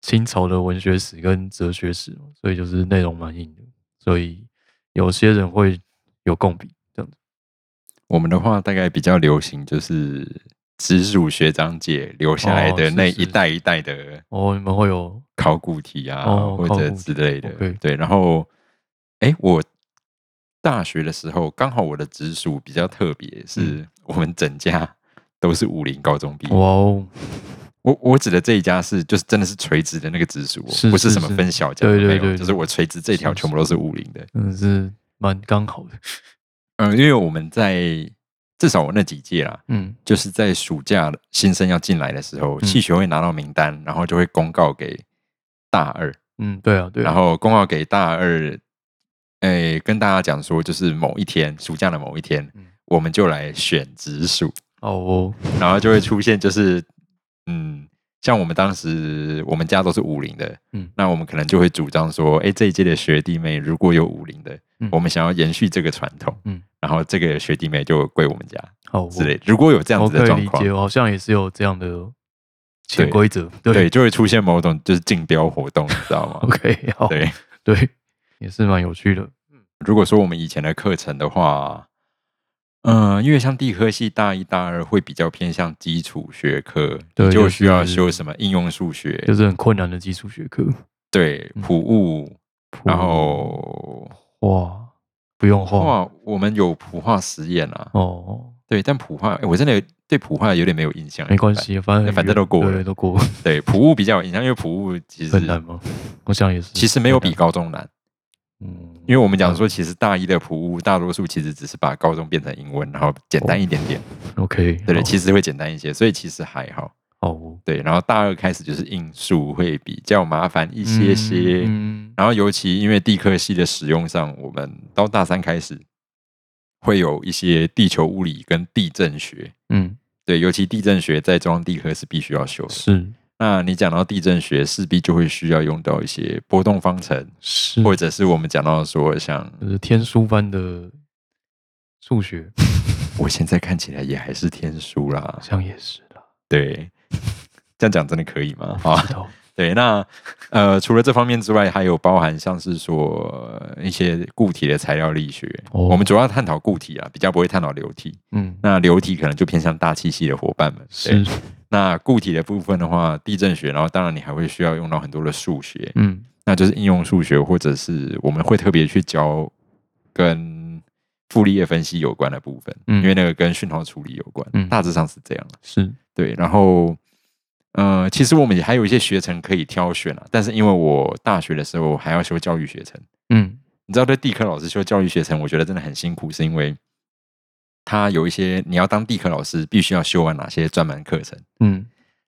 [SPEAKER 2] 清朝的文学史跟哲学史嘛，所以就是内容蛮硬的，所以有些人会有共笔这样子。
[SPEAKER 1] 我们的话大概比较流行就是直属学长姐留下来
[SPEAKER 2] 哦
[SPEAKER 1] 的
[SPEAKER 2] 是
[SPEAKER 1] 那
[SPEAKER 2] 是
[SPEAKER 1] 一代一代的
[SPEAKER 2] 哦，你们会有
[SPEAKER 1] 考古题啊，
[SPEAKER 2] 哦
[SPEAKER 1] 或
[SPEAKER 2] 考
[SPEAKER 1] 者
[SPEAKER 2] 古
[SPEAKER 1] 之
[SPEAKER 2] 题
[SPEAKER 1] 类的。
[SPEAKER 2] ，OK
[SPEAKER 1] 对，然后哎，我大学的时候刚好我的直属比较特别，是我们整家都是武林高中毕业。
[SPEAKER 2] 哇嗯哦，
[SPEAKER 1] 我我指的这一家是就是真的是垂直的那个直属哦，
[SPEAKER 2] 是
[SPEAKER 1] 不是
[SPEAKER 2] 是
[SPEAKER 1] 什么
[SPEAKER 2] 是
[SPEAKER 1] 分小家的
[SPEAKER 2] 对
[SPEAKER 1] 那种，
[SPEAKER 2] 对对
[SPEAKER 1] 就是我垂直这条
[SPEAKER 2] 是
[SPEAKER 1] 全部都是武林的。
[SPEAKER 2] 真的是蛮刚好的，
[SPEAKER 1] 嗯，因为我们在至少我那几届啦，
[SPEAKER 2] 嗯，
[SPEAKER 1] 就是在暑假新生要进来的时候，
[SPEAKER 2] 嗯
[SPEAKER 1] 系学会拿到名单，然后就会公告给大二，
[SPEAKER 2] 嗯，对啊，对啊，
[SPEAKER 1] 然后公告给大二，哎，跟大家讲说，就是某一天暑假的某一天，
[SPEAKER 2] 嗯
[SPEAKER 1] 我们就来选直属，
[SPEAKER 2] 哦哦，
[SPEAKER 1] 然后就会出现就是嗯，像我们当时我们家都是五零的，
[SPEAKER 2] 嗯
[SPEAKER 1] 那我们可能就会主张说，哎，这一届的学弟妹如果有五零的，
[SPEAKER 2] 嗯
[SPEAKER 1] 我们想要延续这个传统，
[SPEAKER 2] 嗯，
[SPEAKER 1] 然后这个学弟妹就归我们家
[SPEAKER 2] 好哦
[SPEAKER 1] 之类的。如果有这样
[SPEAKER 2] 我
[SPEAKER 1] 子
[SPEAKER 2] 哦
[SPEAKER 1] 的
[SPEAKER 2] 可以
[SPEAKER 1] 状
[SPEAKER 2] 理
[SPEAKER 1] 况
[SPEAKER 2] 解，，我好像也是有这样的潜
[SPEAKER 1] 对
[SPEAKER 2] 规则。对
[SPEAKER 1] 对，就会出现某种就是竞标活动，你知道 吗？
[SPEAKER 2] o k 好，
[SPEAKER 1] 对，
[SPEAKER 2] 对，也是蛮有趣的。
[SPEAKER 1] 如果说我们以前的课程的话，嗯、因为像地科系大一、大二会比较偏向基础学科，
[SPEAKER 2] 对
[SPEAKER 1] 你就
[SPEAKER 2] 就
[SPEAKER 1] 需要
[SPEAKER 2] 是
[SPEAKER 1] 修什么应用数学，
[SPEAKER 2] 就是很困难的基础学科。
[SPEAKER 1] 对
[SPEAKER 2] 嗯
[SPEAKER 1] 普物，然
[SPEAKER 2] 普
[SPEAKER 1] 后
[SPEAKER 2] 化不用画
[SPEAKER 1] 哇，我们有普化实验啊，
[SPEAKER 2] 哦，
[SPEAKER 1] 对，但普化诶哎我真的对普化有点没有印象，
[SPEAKER 2] 没关。系，反正很
[SPEAKER 1] 哎反正
[SPEAKER 2] 远
[SPEAKER 1] 都过了
[SPEAKER 2] 对，都过了，
[SPEAKER 1] 对，普物比较有印象，因为普物其
[SPEAKER 2] 很难
[SPEAKER 1] 实
[SPEAKER 2] 吗？我想也是，
[SPEAKER 1] 其实没有比高中难，
[SPEAKER 2] 很难，嗯，
[SPEAKER 1] 因为我们讲说，其实大一的普物大多数其实只是把高中变成英文，然后简
[SPEAKER 2] 哦
[SPEAKER 1] 单一点点，
[SPEAKER 2] OK，
[SPEAKER 1] 对对，
[SPEAKER 2] 好
[SPEAKER 1] 其实会简单一些，所以其实还好。
[SPEAKER 2] 好哦
[SPEAKER 1] 对，然后大二开始就是应数会比较麻烦一些些，
[SPEAKER 2] 嗯，嗯
[SPEAKER 1] 然后尤其因为地科系的使用上，我们到大三开始会有一些地球物理跟地震学，
[SPEAKER 2] 嗯
[SPEAKER 1] 对，尤其地震学在中央地科是必须要修的。
[SPEAKER 2] 是
[SPEAKER 1] 那你讲到地震学，势必就会需要用到一些波动方程，
[SPEAKER 2] 是
[SPEAKER 1] 或者是我们讲到说像
[SPEAKER 2] 呃天书般的数学，
[SPEAKER 1] 我现在看起来也还是天书啦
[SPEAKER 2] 好，像也是啦，
[SPEAKER 1] 对，这样讲真的可以吗？好
[SPEAKER 2] 不
[SPEAKER 1] 啊，
[SPEAKER 2] 知道
[SPEAKER 1] 对，那呃，除了这方面之外，还有包含像是说呃一些固体的材料力学，
[SPEAKER 2] 哦
[SPEAKER 1] 我们主要探讨固体啊，比较不会探讨流体。
[SPEAKER 2] 嗯，
[SPEAKER 1] 那流体可能就偏向大气系的伙伴们。对
[SPEAKER 2] 是，
[SPEAKER 1] 那固体的部分的话，地震学，然后当然你还会需要用到很多的数学，
[SPEAKER 2] 嗯，
[SPEAKER 1] 那就是应用数学，或者是我们会特别去教跟傅立叶分析有关的部分，
[SPEAKER 2] 嗯
[SPEAKER 1] 因为那个跟讯号处理有关，
[SPEAKER 2] 嗯
[SPEAKER 1] 大致上是这样。
[SPEAKER 2] 是，
[SPEAKER 1] 对，然后呃，其实我们也还有一些学程可以挑选啊，但是因为我大学的时候还要修教育学程，
[SPEAKER 2] 嗯，
[SPEAKER 1] 你知道，对地科老师修教育学程，我觉得真的很辛苦，是因为他有一些你要当地科老师，必须要修完哪些专门课程。
[SPEAKER 2] 嗯，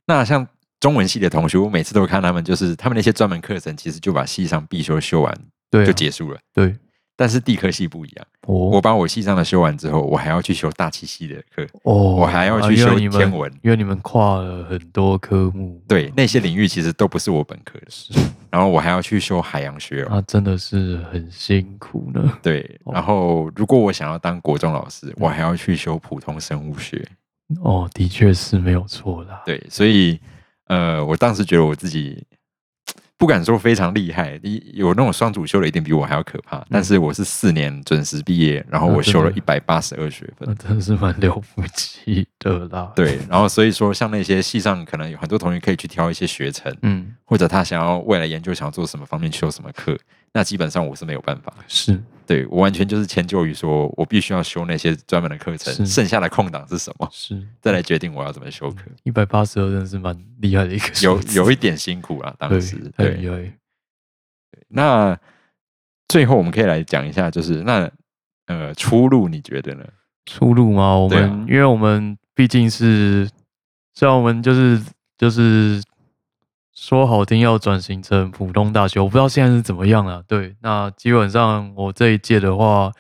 [SPEAKER 1] 那像中文系的同学，我每次都看他们，就是他们那些专门课程，其实就把系上必修修完
[SPEAKER 2] 对啊，
[SPEAKER 1] 就结束了。
[SPEAKER 2] 对，哦
[SPEAKER 1] 但是地科系不一样，我
[SPEAKER 2] 我
[SPEAKER 1] 把我系上的修完之后，我还要去修大气系的课，
[SPEAKER 2] 哦，
[SPEAKER 1] 我还要
[SPEAKER 2] 啊
[SPEAKER 1] 去
[SPEAKER 2] 因为
[SPEAKER 1] 修
[SPEAKER 2] 你
[SPEAKER 1] 天
[SPEAKER 2] 们
[SPEAKER 1] 文，
[SPEAKER 2] 因为你们跨了很多科目，
[SPEAKER 1] 对，那些领域其实都不是我本科的， 然后我还要去修海洋学哦、
[SPEAKER 2] 那真的是很辛苦呢。
[SPEAKER 1] 对，然后如果我想要当国中老
[SPEAKER 2] 嗯
[SPEAKER 1] 师，我还要去修普通生物学，
[SPEAKER 2] 哦，的确是没有错啦。
[SPEAKER 1] 对，所以呃，我当时觉得我自己不敢说非常厉害，一有那种双主修的一定比我还要可怕，但是我是四年准时毕业，然后
[SPEAKER 2] 嗯啊嗯
[SPEAKER 1] 我修了一
[SPEAKER 2] 真
[SPEAKER 1] 百八十二学分
[SPEAKER 2] 那，真的是蛮了不起的啦。，
[SPEAKER 1] 对，然后所以说像那些系上可能有很多同学可以去挑一些学程，
[SPEAKER 2] 嗯，
[SPEAKER 1] 或者他想要未来研究想要做什么方面修什么课，那基本上我是没有办法。
[SPEAKER 2] 是，
[SPEAKER 1] 对我完全就是迁就于说，我必须要修那些专门的课程，
[SPEAKER 2] 是
[SPEAKER 1] 剩下的空档是什么，
[SPEAKER 2] 是，
[SPEAKER 1] 再来决定我要怎么修课。
[SPEAKER 2] 一百八十二真的是蛮厉害的一个
[SPEAKER 1] 有
[SPEAKER 2] 数字，
[SPEAKER 1] 有一点辛苦啊，当时
[SPEAKER 2] 对，
[SPEAKER 1] 对
[SPEAKER 2] 很厉害。
[SPEAKER 1] 那最后我们可以来讲一下，就是那呃出路你觉得呢？
[SPEAKER 2] 出路吗？我
[SPEAKER 1] 对啊
[SPEAKER 2] 们、因为我们毕竟是，虽然我们就是就是说好听要转型成普通大学，我不知道现在是怎么样了。对，那基本上我这一届的话，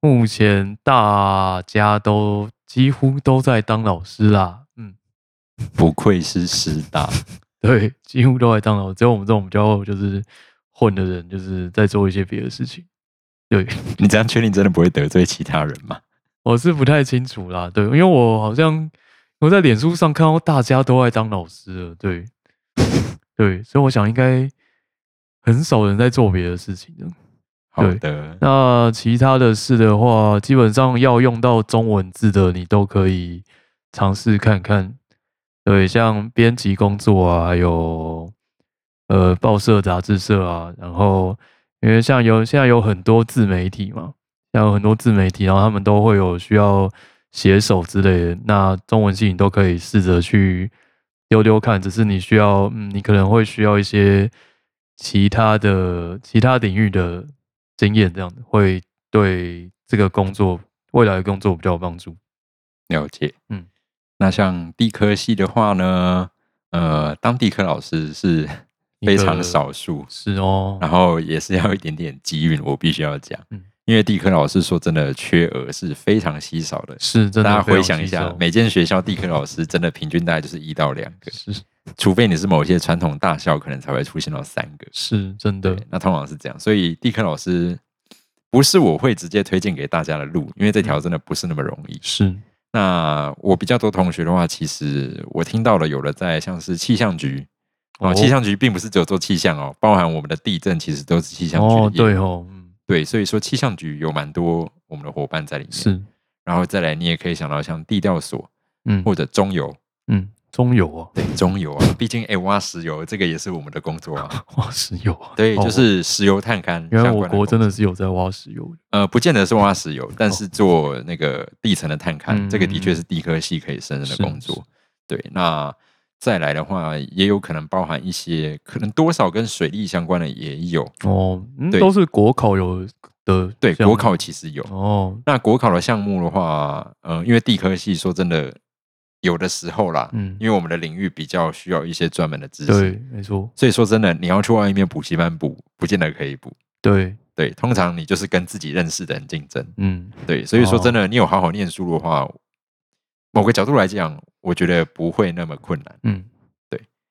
[SPEAKER 2] 目前大家都几乎都在当老师啦。嗯，
[SPEAKER 1] 不愧是师大，
[SPEAKER 2] 对，几乎都在当老师，只有我们这种比较就是混的人，就是在做一些别的事情。对，
[SPEAKER 1] 你这样确定真的不会得罪其他人吗？
[SPEAKER 2] 我是不太清楚啦，对，因为我好像我在脸书上看到大家都爱当老师了，对， 对，所以我想应该很少人在做别的事情的。
[SPEAKER 1] 好
[SPEAKER 2] 对
[SPEAKER 1] 的，
[SPEAKER 2] 那其他的事的话，基本上要用到中文字的，你都可以尝试看看。对，像编辑工作啊，还有呃报社、杂志社啊，然后因为像有现在有很多自媒体嘛，像有很多自媒体，然后他们都会有需要写手之类的，那中文系你都可以试着去丢丢看，只是你需要，嗯，你可能会需要一些其他的其他领域的经验，这样会对这个工作未来的工作比较有帮助。
[SPEAKER 1] 了解。
[SPEAKER 2] 嗯，
[SPEAKER 1] 那像地科系的话呢，呃，当地科老师是
[SPEAKER 2] 一
[SPEAKER 1] 非
[SPEAKER 2] 个
[SPEAKER 1] 常少数，
[SPEAKER 2] 是哦，
[SPEAKER 1] 然后也是要一点点机运，我必须要讲，
[SPEAKER 2] 嗯
[SPEAKER 1] 因为地科老师说真的缺额是非常稀少的。
[SPEAKER 2] 是真
[SPEAKER 1] 大家
[SPEAKER 2] 的。
[SPEAKER 1] 回想一下，
[SPEAKER 2] 没
[SPEAKER 1] 每间学校地科老师真的平均大概就是一到两个，
[SPEAKER 2] 是
[SPEAKER 1] 除非你是某些传统大校，可能才会出现到三个。
[SPEAKER 2] 是真的，
[SPEAKER 1] 那通常是这样，所以地科老师不是我会直接推荐给大家的路，
[SPEAKER 2] 嗯
[SPEAKER 1] 因为这条真的不是那么容易。
[SPEAKER 2] 是
[SPEAKER 1] 那我比较多同学的话，其实我听到了有的在像是气象局哦，
[SPEAKER 2] 哦
[SPEAKER 1] 气象局并不是只有做气象哦，包含我们的地震其实都是气象局的
[SPEAKER 2] 哦，
[SPEAKER 1] 业务
[SPEAKER 2] 对哦，嗯，
[SPEAKER 1] 对，所以说气象局有蛮多我们的伙伴在里面。，
[SPEAKER 2] 是，
[SPEAKER 1] 然后再来你也可以想到像地调所
[SPEAKER 2] 嗯
[SPEAKER 1] 或者中油，
[SPEAKER 2] 嗯，中油 哦，
[SPEAKER 1] 对，中油啊，毕竟哎挖石油这个也是我们的工作 啊。
[SPEAKER 2] 挖石油啊，
[SPEAKER 1] 对，就
[SPEAKER 2] 哦
[SPEAKER 1] 是石油探勘
[SPEAKER 2] 原来
[SPEAKER 1] 相
[SPEAKER 2] 我
[SPEAKER 1] 关的
[SPEAKER 2] 国真
[SPEAKER 1] 工
[SPEAKER 2] 的
[SPEAKER 1] 作
[SPEAKER 2] 是有在挖石油的，
[SPEAKER 1] 呃，不见得是挖石油，但是做那个地层的探勘，
[SPEAKER 2] 嗯
[SPEAKER 1] 这个的确是地科系可以胜任的
[SPEAKER 2] 是
[SPEAKER 1] 工
[SPEAKER 2] 是
[SPEAKER 1] 作。对，那再来的话，也有可能包含一些，可能多少跟水利相关的也有。
[SPEAKER 2] 哦，嗯，
[SPEAKER 1] 对
[SPEAKER 2] 都是国考有的，
[SPEAKER 1] 对，国考其实有。
[SPEAKER 2] 哦，
[SPEAKER 1] 那国考的项目的话，呃，因为地科系说真的，有的时候啦，
[SPEAKER 2] 嗯
[SPEAKER 1] 因为我们的领域比较需要一些专门的知
[SPEAKER 2] 对
[SPEAKER 1] 识，，
[SPEAKER 2] 没错，
[SPEAKER 1] 所以说真的，你要去外面补习班补，不见得可以补。
[SPEAKER 2] 对，
[SPEAKER 1] 对，通常你就是跟自己认识的人竞争。
[SPEAKER 2] 嗯，
[SPEAKER 1] 对，所以说真的，你有好好念书的话，某个角度来讲，我觉得不会那么困难。
[SPEAKER 2] 嗯，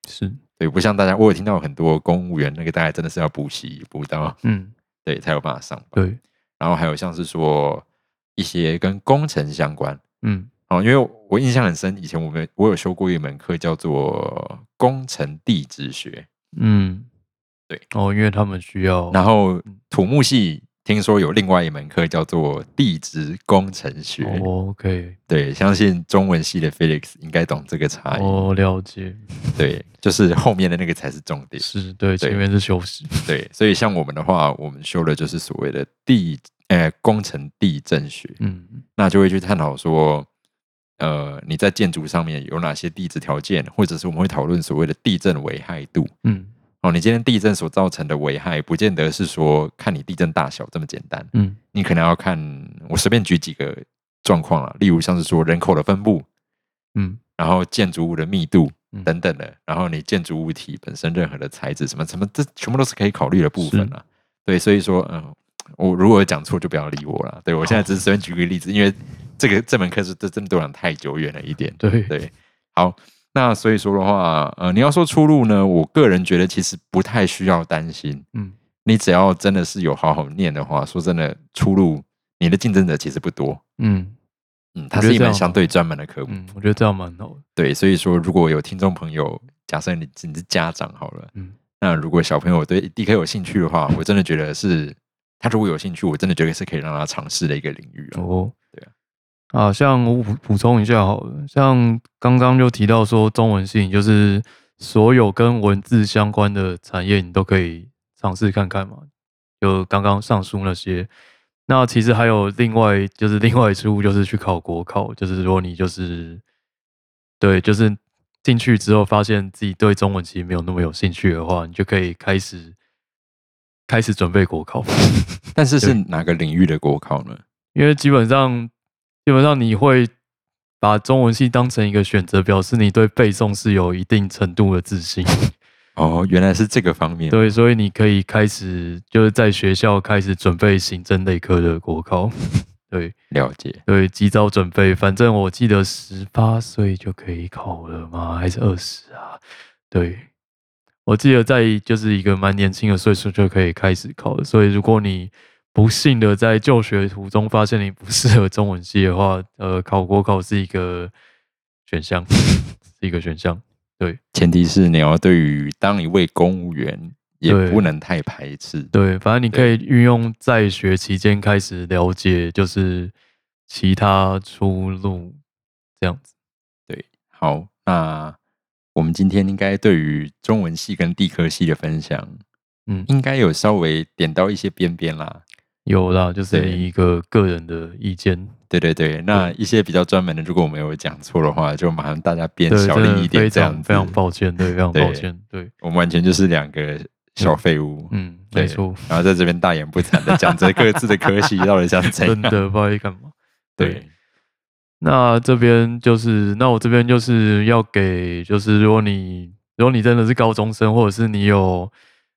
[SPEAKER 2] 是，
[SPEAKER 1] 对，不像大家，我有听到很多公务员那个大概真的是要补习补到
[SPEAKER 2] 嗯，
[SPEAKER 1] 对才有办法上班。
[SPEAKER 2] 对，
[SPEAKER 1] 然后还有像是说一些跟工程相关
[SPEAKER 2] 嗯
[SPEAKER 1] 哦，因为我印象很深，以前我们我有修过一门课叫做工程地质学，
[SPEAKER 2] 嗯，
[SPEAKER 1] 对，
[SPEAKER 2] 哦，因为他们需要，
[SPEAKER 1] 然后土木系听说有另外一门课叫做地质工程学，
[SPEAKER 2] 哦，OK，
[SPEAKER 1] 对，相信中文系的 Felix 应该懂这个差异，
[SPEAKER 2] 我哦了解，
[SPEAKER 1] 对，就是后面的那个才是重点，
[SPEAKER 2] 是对，
[SPEAKER 1] 对
[SPEAKER 2] 前面是休息，
[SPEAKER 1] 对，所以像我们的话，我们修的就是所谓的地呃工程地震学，
[SPEAKER 2] 嗯
[SPEAKER 1] 那就会去探讨说，呃，你在建筑上面有哪些地质条件，或者是我们会讨论所谓的地震危害度。
[SPEAKER 2] 嗯
[SPEAKER 1] 哦，你今天地震所造成的危害，不见得是说看你地震大小这么简单，
[SPEAKER 2] 嗯
[SPEAKER 1] 你可能要看我随便举几个状况啦，例如像是说人口的分布，
[SPEAKER 2] 嗯
[SPEAKER 1] 然后建筑物的密度
[SPEAKER 2] 嗯
[SPEAKER 1] 等等的，然后你建筑物体本身任何的材质什么什么，这全部都是可以考虑的部分啦。对，所以说，嗯，我如果有讲错就不要理我了。对我现在只是随便举个例子，因为这个这门课是这真的对我来讲太久远了一点。
[SPEAKER 2] 对
[SPEAKER 1] 对，好，那所以说的话，呃，你要说出路呢，我个人觉得其实不太需要担心。
[SPEAKER 2] 嗯
[SPEAKER 1] 你只要真的是有好好念的话，说真的，出路你的竞争者其实不多。
[SPEAKER 2] 嗯
[SPEAKER 1] 嗯，它
[SPEAKER 2] 我
[SPEAKER 1] 是
[SPEAKER 2] 觉得
[SPEAKER 1] 一
[SPEAKER 2] 这
[SPEAKER 1] 门
[SPEAKER 2] 样
[SPEAKER 1] 相对专门的科目。
[SPEAKER 2] 嗯，我觉得这样蛮好的，
[SPEAKER 1] 对，所以说如果有听众朋友，假设你你是家长好了，
[SPEAKER 2] 嗯
[SPEAKER 1] 那如果小朋友对 D K 有兴趣的话，我真的觉得是他如果有兴趣，我真的觉得是可以让他尝试的一个领域哦。
[SPEAKER 2] 哦，
[SPEAKER 1] 对啊，
[SPEAKER 2] 啊，像我补补充一下好了，像刚刚就提到说中文系，你就是所有跟文字相关的产业，你都可以尝试看看嘛。就刚刚上述那些，那其实还有另外就是另外一出就是去考国考，就是说你就是对，就是进去之后发现自己对中文其实没有那么有兴趣的话，你就可以开始开始准备国考。
[SPEAKER 1] 但是是哪个领域的国考呢？
[SPEAKER 2] 因为基本上基本上你会把中文系当成一个选择，表示你对背诵是有一定程度的自信。
[SPEAKER 1] 哦，原来是这个方面。
[SPEAKER 2] 对，所以你可以开始就是在学校开始准备行政类科的国考。 对
[SPEAKER 1] 了解。
[SPEAKER 2] 对，及早准备。反正我记得十八岁就可以考了吗？还是二十啊？对，我记得在就是一个蛮年轻的岁数就可以开始考了，所以如果你不幸的在就学途中发现你不适合中文系的话，呃，考国考是一个选项， 是一个选项。
[SPEAKER 1] 前提是你要对于当一位公务员也
[SPEAKER 2] 对
[SPEAKER 1] 不能太排斥。
[SPEAKER 2] 对，反正你可以运用在学期间开始了解，就是其他出路这样子。
[SPEAKER 1] 对，好，那我们今天应该对于中文系跟地科系的分享，
[SPEAKER 2] 嗯，
[SPEAKER 1] 应该有稍微点到一些边边啦。
[SPEAKER 2] 有啦，就是
[SPEAKER 1] 对
[SPEAKER 2] 你一个个人的意见，
[SPEAKER 1] 对对对，那一些比较专门的，如果我们有讲错的话，就麻烦大家 变
[SPEAKER 2] 对，
[SPEAKER 1] 小
[SPEAKER 2] 真的
[SPEAKER 1] 力一点，
[SPEAKER 2] 非
[SPEAKER 1] 这样
[SPEAKER 2] 常
[SPEAKER 1] 子。
[SPEAKER 2] 非常抱歉，对，非常抱
[SPEAKER 1] 对
[SPEAKER 2] 歉，对，
[SPEAKER 1] 我们完全就是两个小废物，
[SPEAKER 2] 嗯，
[SPEAKER 1] 对
[SPEAKER 2] 没错，
[SPEAKER 1] 然后在这边大言不惭的讲着各自的科 系到底想怎
[SPEAKER 2] 真
[SPEAKER 1] 样。
[SPEAKER 2] 的不知道在干嘛。
[SPEAKER 1] 对，
[SPEAKER 2] 那这边就是，那我这边就是要给，就是如果你如果你真的是高中生，或者是你有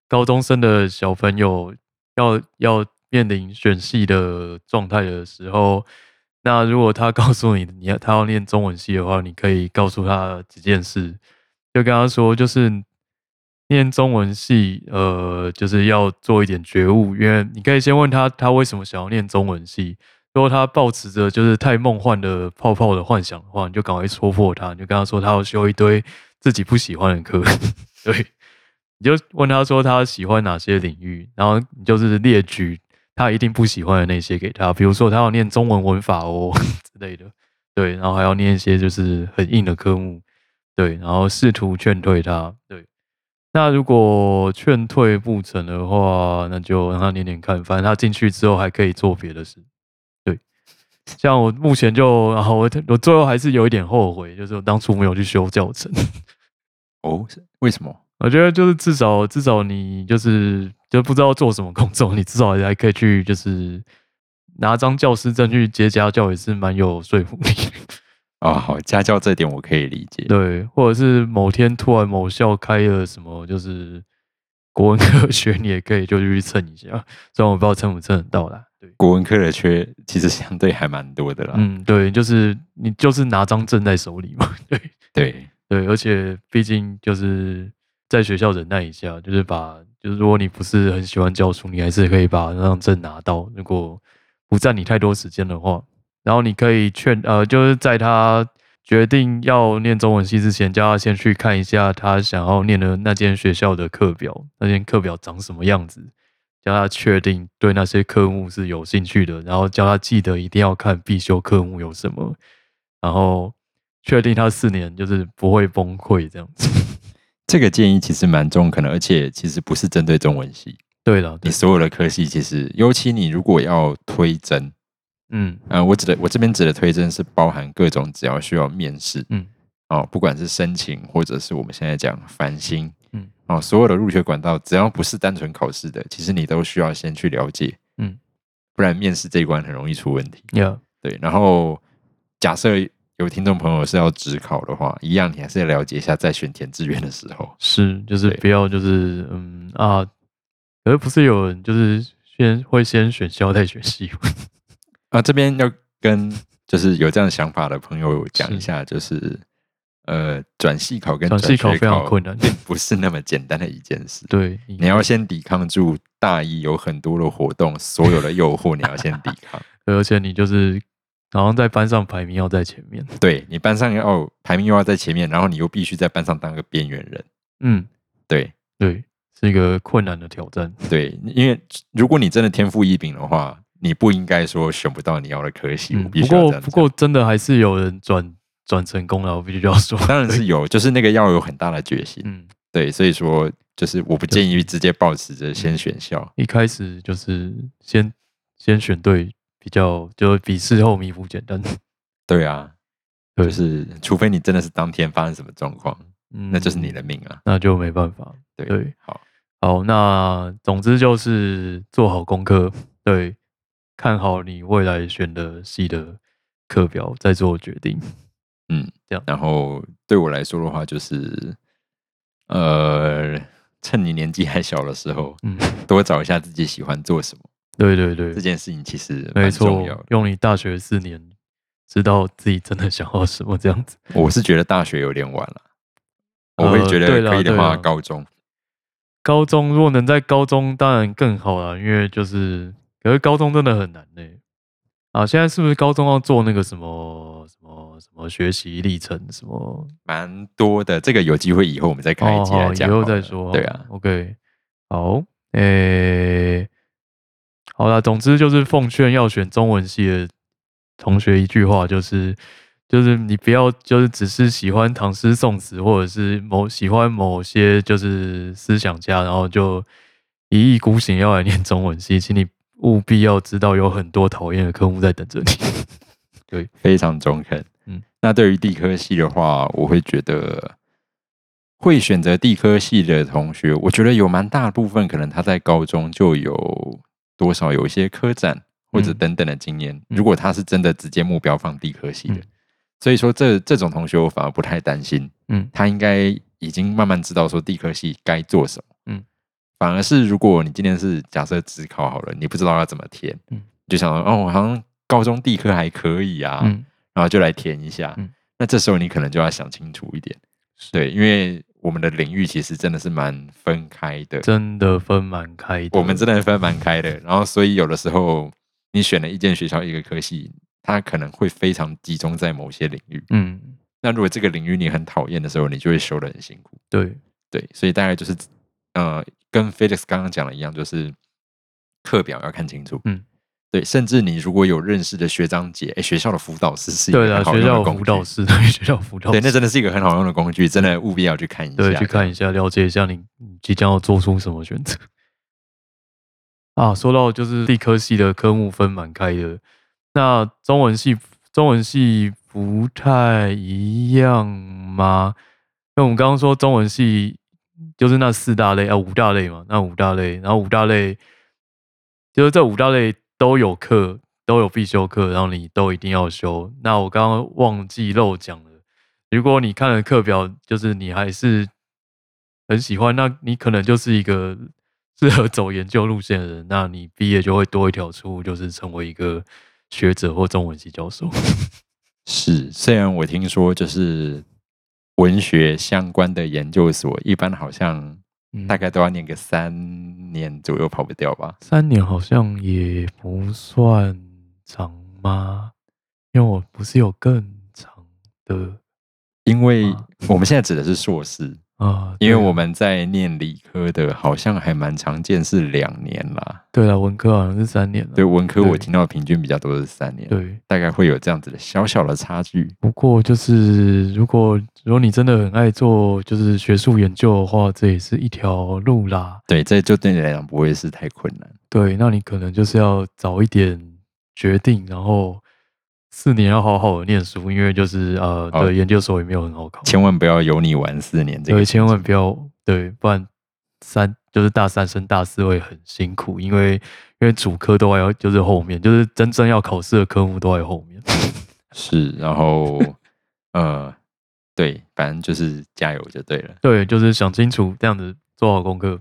[SPEAKER 2] 高中生的小朋友要要面临选系的状态的时候，那如果他 告诉你你要他要念中文系的话，你可以告诉他几件事，就跟他说，就是念中文系，呃，就是要做一点觉悟，因为你可以先问他他为什么想要念中文系，如果他抱持着就是太梦幻的泡泡的幻想的话，你就赶快戳破他，你就跟他说他要修一堆自己不喜欢的课， 对，你就问他说他喜欢哪些领域，然后你就是列举他一定不喜欢的那些给他，比如说他要念中文文法哦 之类的，对，然后还要念一些就是很硬的科目，对，然后试图劝退他，对。那如果劝退不成的话，那就让他念念看，反正他进去之后还可以做别的事。 像我目前就，然后我我最后还是有一点后悔，就是我当初没有去修教程。
[SPEAKER 1] 哦，是为什么？
[SPEAKER 2] 我觉得就是至少至少你就是就不知道做什么工作，你至少还可以去就是拿张教师证去接家教，也是蛮有说服力的。
[SPEAKER 1] 哦，好，家教这点我可以理解。
[SPEAKER 2] 对，或者是某天突然某校开了什么，就是国文 科学，你也可以就去蹭一下，虽然我不知道蹭不蹭得到啦。对，嗯
[SPEAKER 1] 国文科的缺其实相对还蛮多的啦。
[SPEAKER 2] 嗯，对，就是你就是拿张证在手里嘛，对。
[SPEAKER 1] 对，
[SPEAKER 2] 对，而且毕竟就是在学校忍耐一下，就是把就是如果你不是很喜欢教书，你还是可以把那张证拿到。如果不占你太多时间的话，然后你可以劝呃，就是在他决定要念中文系之前，叫他先去看一下他想要念的那间学校的课表，那间课表长什么样子，叫他确定对那些科目是有兴趣的，然后叫他记得一定要看必修科目有什么，然后确定他四年就是不会崩溃这样子。
[SPEAKER 1] 这个建议其实蛮中肯的，而且其实不是针对中文系，
[SPEAKER 2] 对了，
[SPEAKER 1] 你
[SPEAKER 2] 对，
[SPEAKER 1] 所有的科系其实，尤其你如果要推甄，
[SPEAKER 2] 嗯
[SPEAKER 1] 呃，我指的我这边指的推甄是包含各种只要需要面试，
[SPEAKER 2] 嗯，
[SPEAKER 1] 哦，不管是申请或者是我们现在讲繁星，
[SPEAKER 2] 嗯，
[SPEAKER 1] 哦，所有的入学管道只要不是单纯考试的，其实你都需要先去了解，
[SPEAKER 2] 嗯，
[SPEAKER 1] 不然面试这一关很容易出问题。
[SPEAKER 2] ，Yeah，
[SPEAKER 1] 对，然后假设有听众朋友是要职考的话，一样你还是要了解一下，在选填志愿的时候，
[SPEAKER 2] 是，就是
[SPEAKER 1] 对
[SPEAKER 2] 不要就是嗯啊，可是不是有人就是先会先选校再选系吗？
[SPEAKER 1] 啊，这边要跟就是有这样想法的朋友讲一下，就是呃，转系考跟
[SPEAKER 2] 转系考
[SPEAKER 1] 学
[SPEAKER 2] 非常困难
[SPEAKER 1] 并不是那么简单的一件事。
[SPEAKER 2] 对，
[SPEAKER 1] 你要先抵抗住大一有很多的活动，所有的诱惑，你要先抵 抗。
[SPEAKER 2] 对，而且你就是好像在班上排名要在前面。
[SPEAKER 1] 对你班上要哦排名又要在前面，然后你又必须在班上当个边缘人。
[SPEAKER 2] 嗯，
[SPEAKER 1] 对
[SPEAKER 2] 对，是一个困难的挑战。
[SPEAKER 1] 对，因为如果你真的天赋异禀的话，你不应该说选不到你要的科系。
[SPEAKER 2] 嗯，
[SPEAKER 1] 我必
[SPEAKER 2] 不
[SPEAKER 1] 须要这
[SPEAKER 2] 过
[SPEAKER 1] 样
[SPEAKER 2] 不
[SPEAKER 1] 讲
[SPEAKER 2] 过真的还是有人转转成功了，我必须要说。
[SPEAKER 1] 当然是有，就是那个要有很大的决心。
[SPEAKER 2] 嗯，
[SPEAKER 1] 对，所以说就是我不建议直接抱持着
[SPEAKER 2] 嗯
[SPEAKER 1] 先选校。
[SPEAKER 2] 一开始就是先先选对比较，就比事后弥补简单。
[SPEAKER 1] 对啊，
[SPEAKER 2] 对
[SPEAKER 1] 就是除非你真的是当天发生什么状况，
[SPEAKER 2] 嗯，
[SPEAKER 1] 那就是你的，命啊。
[SPEAKER 2] 那就没办法。
[SPEAKER 1] 对，
[SPEAKER 2] 对
[SPEAKER 1] 好，
[SPEAKER 2] 好，那总之就是做好功课，对，看好你未来选的系的课表，再做决定。
[SPEAKER 1] 然后对我来说的话，就是呃，趁你年纪还小的时候，
[SPEAKER 2] 嗯，
[SPEAKER 1] 多找一下自己喜欢做什么，
[SPEAKER 2] 对对对
[SPEAKER 1] 这，件事情其实
[SPEAKER 2] 没
[SPEAKER 1] 蛮重要
[SPEAKER 2] 错
[SPEAKER 1] 的，。
[SPEAKER 2] 用你大学四年知道自己真的想要什么这样子。
[SPEAKER 1] 我是觉得大学有点晚了，我
[SPEAKER 2] 呃
[SPEAKER 1] 会觉得
[SPEAKER 2] 对啦
[SPEAKER 1] 可以的
[SPEAKER 2] 对
[SPEAKER 1] 话，
[SPEAKER 2] 啦
[SPEAKER 1] 高中
[SPEAKER 2] 高中如果能在高中，当然更好啦，因为就是，可是高中真的很难呢、啊，现在是不是高中要做那个什么什么什么学习历程什么？
[SPEAKER 1] 蛮多的。这个有机会以后我们再开一
[SPEAKER 2] 哦，
[SPEAKER 1] 集来
[SPEAKER 2] 好，以
[SPEAKER 1] 讲。
[SPEAKER 2] 后再说。
[SPEAKER 1] 对啊，
[SPEAKER 2] ，OK，好，诶、好啦，总之就是奉劝要选中文系的同学一句话，就是就是你不要就是只是喜欢唐诗宋词，或者是某喜欢某些就是思想家，然后就一意孤行要来念中文系，请你务必要知道有很多讨厌的科目在等着你。
[SPEAKER 1] 非常中肯。嗯
[SPEAKER 2] 嗯，
[SPEAKER 1] 那对于地科系的话，我会觉得会选择地科系的同学，我觉得有蛮大部分可能他在高中就有多少有一些科展或者
[SPEAKER 2] 嗯
[SPEAKER 1] 等等的经验。如果他是真的直接目标放地科系的，
[SPEAKER 2] 嗯
[SPEAKER 1] 所以说这这种同学我反而不太担心，
[SPEAKER 2] 嗯
[SPEAKER 1] 他应该已经慢慢知道说地科系该做什么。嗯
[SPEAKER 2] 嗯。
[SPEAKER 1] 反而是，如果你今天是假设只考好了，你不知道要怎么填，
[SPEAKER 2] 嗯
[SPEAKER 1] 你就想说哦，好像高中地科还可以啊，
[SPEAKER 2] 嗯，
[SPEAKER 1] 然后就来填一下。
[SPEAKER 2] 嗯
[SPEAKER 1] 那这时候你可能就要想清楚一点，对，因为我们的领域其实真的是蛮分开的，
[SPEAKER 2] 真的分蛮开的。
[SPEAKER 1] 我们真的分蛮开的。然后所以有的时候你选了一间学校一个科系，它可能会非常集中在某些领域。
[SPEAKER 2] 嗯，
[SPEAKER 1] 那如果这个领域你很讨厌的时候，你就会修得很辛苦。
[SPEAKER 2] 对，
[SPEAKER 1] 对，所以大概就是呃，跟 Felix 刚刚讲的一样，就是课表要看清楚。
[SPEAKER 2] 嗯。
[SPEAKER 1] 对，甚至你如果有认识的学长姐，哎，学校的辅导师是一个
[SPEAKER 2] 对
[SPEAKER 1] 很
[SPEAKER 2] 啊，
[SPEAKER 1] 好
[SPEAKER 2] 学
[SPEAKER 1] 用的
[SPEAKER 2] 校有
[SPEAKER 1] 工
[SPEAKER 2] 辅
[SPEAKER 1] 具
[SPEAKER 2] 导师， 对，学校有辅导
[SPEAKER 1] 对，
[SPEAKER 2] 师，
[SPEAKER 1] 那真的是一个很好用的工具，真的务必要去看一下。
[SPEAKER 2] 哦对，去看一下，了解一下你你即将要做出什么选择。啊，说到就是地科系的科目分蛮开的，那中文系中文系不太一样吗？因为我们刚刚说中文系就是那四大类啊，五大类嘛，那五大类，然后五大类就是这五大类都有课，都有必修课，然后你都一定要修。那我刚刚忘记漏讲了。如果你看了课表，就是你还是很喜欢，那你可能就是一个适合走研究路线的人。那你毕业就会多一条出路，就是成为一个 学者或中文系教授。
[SPEAKER 1] 是，虽然我听说就是文学相关的研究所，一般好像
[SPEAKER 2] 嗯
[SPEAKER 1] 大概都要念个三年左右，跑不掉吧？
[SPEAKER 2] 三年好像也不算长吗？因为我不是有更长的
[SPEAKER 1] 因为
[SPEAKER 2] 哇
[SPEAKER 1] 我们现在指的是硕 士，
[SPEAKER 2] 啊，
[SPEAKER 1] 因为
[SPEAKER 2] 对啊
[SPEAKER 1] 我们在念理科的，好像还蛮常见是两年啦。
[SPEAKER 2] 对了文科好像是三年了，
[SPEAKER 1] 对文科，
[SPEAKER 2] 对
[SPEAKER 1] 我听到平均比较多是三年，
[SPEAKER 2] 对。
[SPEAKER 1] 大概会有这样子的小小的差距。
[SPEAKER 2] 不过就是如果如果你真的很爱做就是学术研究的话，这也是一条路啦。
[SPEAKER 1] 对，这就对你来讲不会是太困难。
[SPEAKER 2] 对，那你可能就是要早一点决定，然后四年要好好的念书，因为就是呃
[SPEAKER 1] 哦
[SPEAKER 2] 的研究所也没有很好考，
[SPEAKER 1] 千万不要有你玩四年这
[SPEAKER 2] 所
[SPEAKER 1] 个
[SPEAKER 2] 以
[SPEAKER 1] 心情，
[SPEAKER 2] 千万不要对，不然三就是大三升大四会很辛苦，因为因为主科都还要就是后面，就是真正要考试的科目都在后面。
[SPEAKER 1] 是，然后呃，对，反正就是加油就对了。
[SPEAKER 2] 对，就是想清楚这样子做好功课。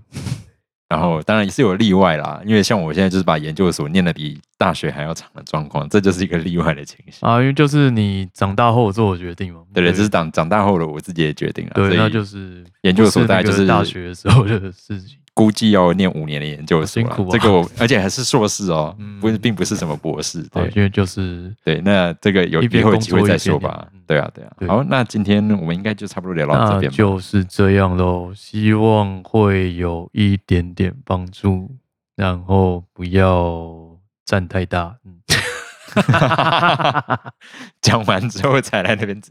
[SPEAKER 1] 然后当然也是有例外啦，因为像我现在就是把研究所念的比大学还要长的状况，这就是一个例外的情形。
[SPEAKER 2] 啊，因为就是你长大后做的决定嘛。
[SPEAKER 1] 对对，这是长长大后的我自己的决定了。所
[SPEAKER 2] 对，
[SPEAKER 1] 以
[SPEAKER 2] 那就是
[SPEAKER 1] 研究所
[SPEAKER 2] 不
[SPEAKER 1] 大概
[SPEAKER 2] 那
[SPEAKER 1] 就
[SPEAKER 2] 个
[SPEAKER 1] 是
[SPEAKER 2] 大学的时候的事情。
[SPEAKER 1] 估计要念五年的研究所啦
[SPEAKER 2] 好辛苦啊
[SPEAKER 1] 这个我而且还是硕士哦，
[SPEAKER 2] 嗯
[SPEAKER 1] 不是并不是什么博士。
[SPEAKER 2] 啊
[SPEAKER 1] 对，
[SPEAKER 2] 因为就是
[SPEAKER 1] 对，那这个有
[SPEAKER 2] 一边
[SPEAKER 1] 以后有
[SPEAKER 2] 工
[SPEAKER 1] 机
[SPEAKER 2] 作
[SPEAKER 1] 会再
[SPEAKER 2] 一边
[SPEAKER 1] 说
[SPEAKER 2] 念
[SPEAKER 1] 吧
[SPEAKER 2] 嗯。
[SPEAKER 1] 对啊，对啊。
[SPEAKER 2] 对
[SPEAKER 1] 好，那今天我们应该就差不多聊到这
[SPEAKER 2] 那
[SPEAKER 1] 边吧。
[SPEAKER 2] 就是这样喽，希望会有一点点帮助，然后不要站太大。嗯，
[SPEAKER 1] 讲完之后才来那边。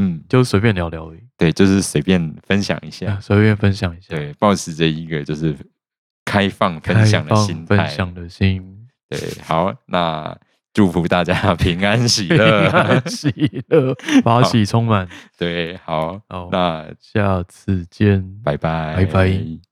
[SPEAKER 1] 嗯，
[SPEAKER 2] 就随便聊聊而已，
[SPEAKER 1] 对，就是随便分享一下
[SPEAKER 2] 啊，随便分享一下，
[SPEAKER 1] 对，保持着一个就是开放
[SPEAKER 2] 开
[SPEAKER 1] 分享的
[SPEAKER 2] 放
[SPEAKER 1] 心态。
[SPEAKER 2] 分享的心，
[SPEAKER 1] 对，好，那祝福大家平安喜
[SPEAKER 2] 平
[SPEAKER 1] 乐
[SPEAKER 2] 安。喜 乐，法喜充满。
[SPEAKER 1] 对，好，
[SPEAKER 2] 好，
[SPEAKER 1] 那
[SPEAKER 2] 下次见，
[SPEAKER 1] 拜拜，
[SPEAKER 2] 拜拜。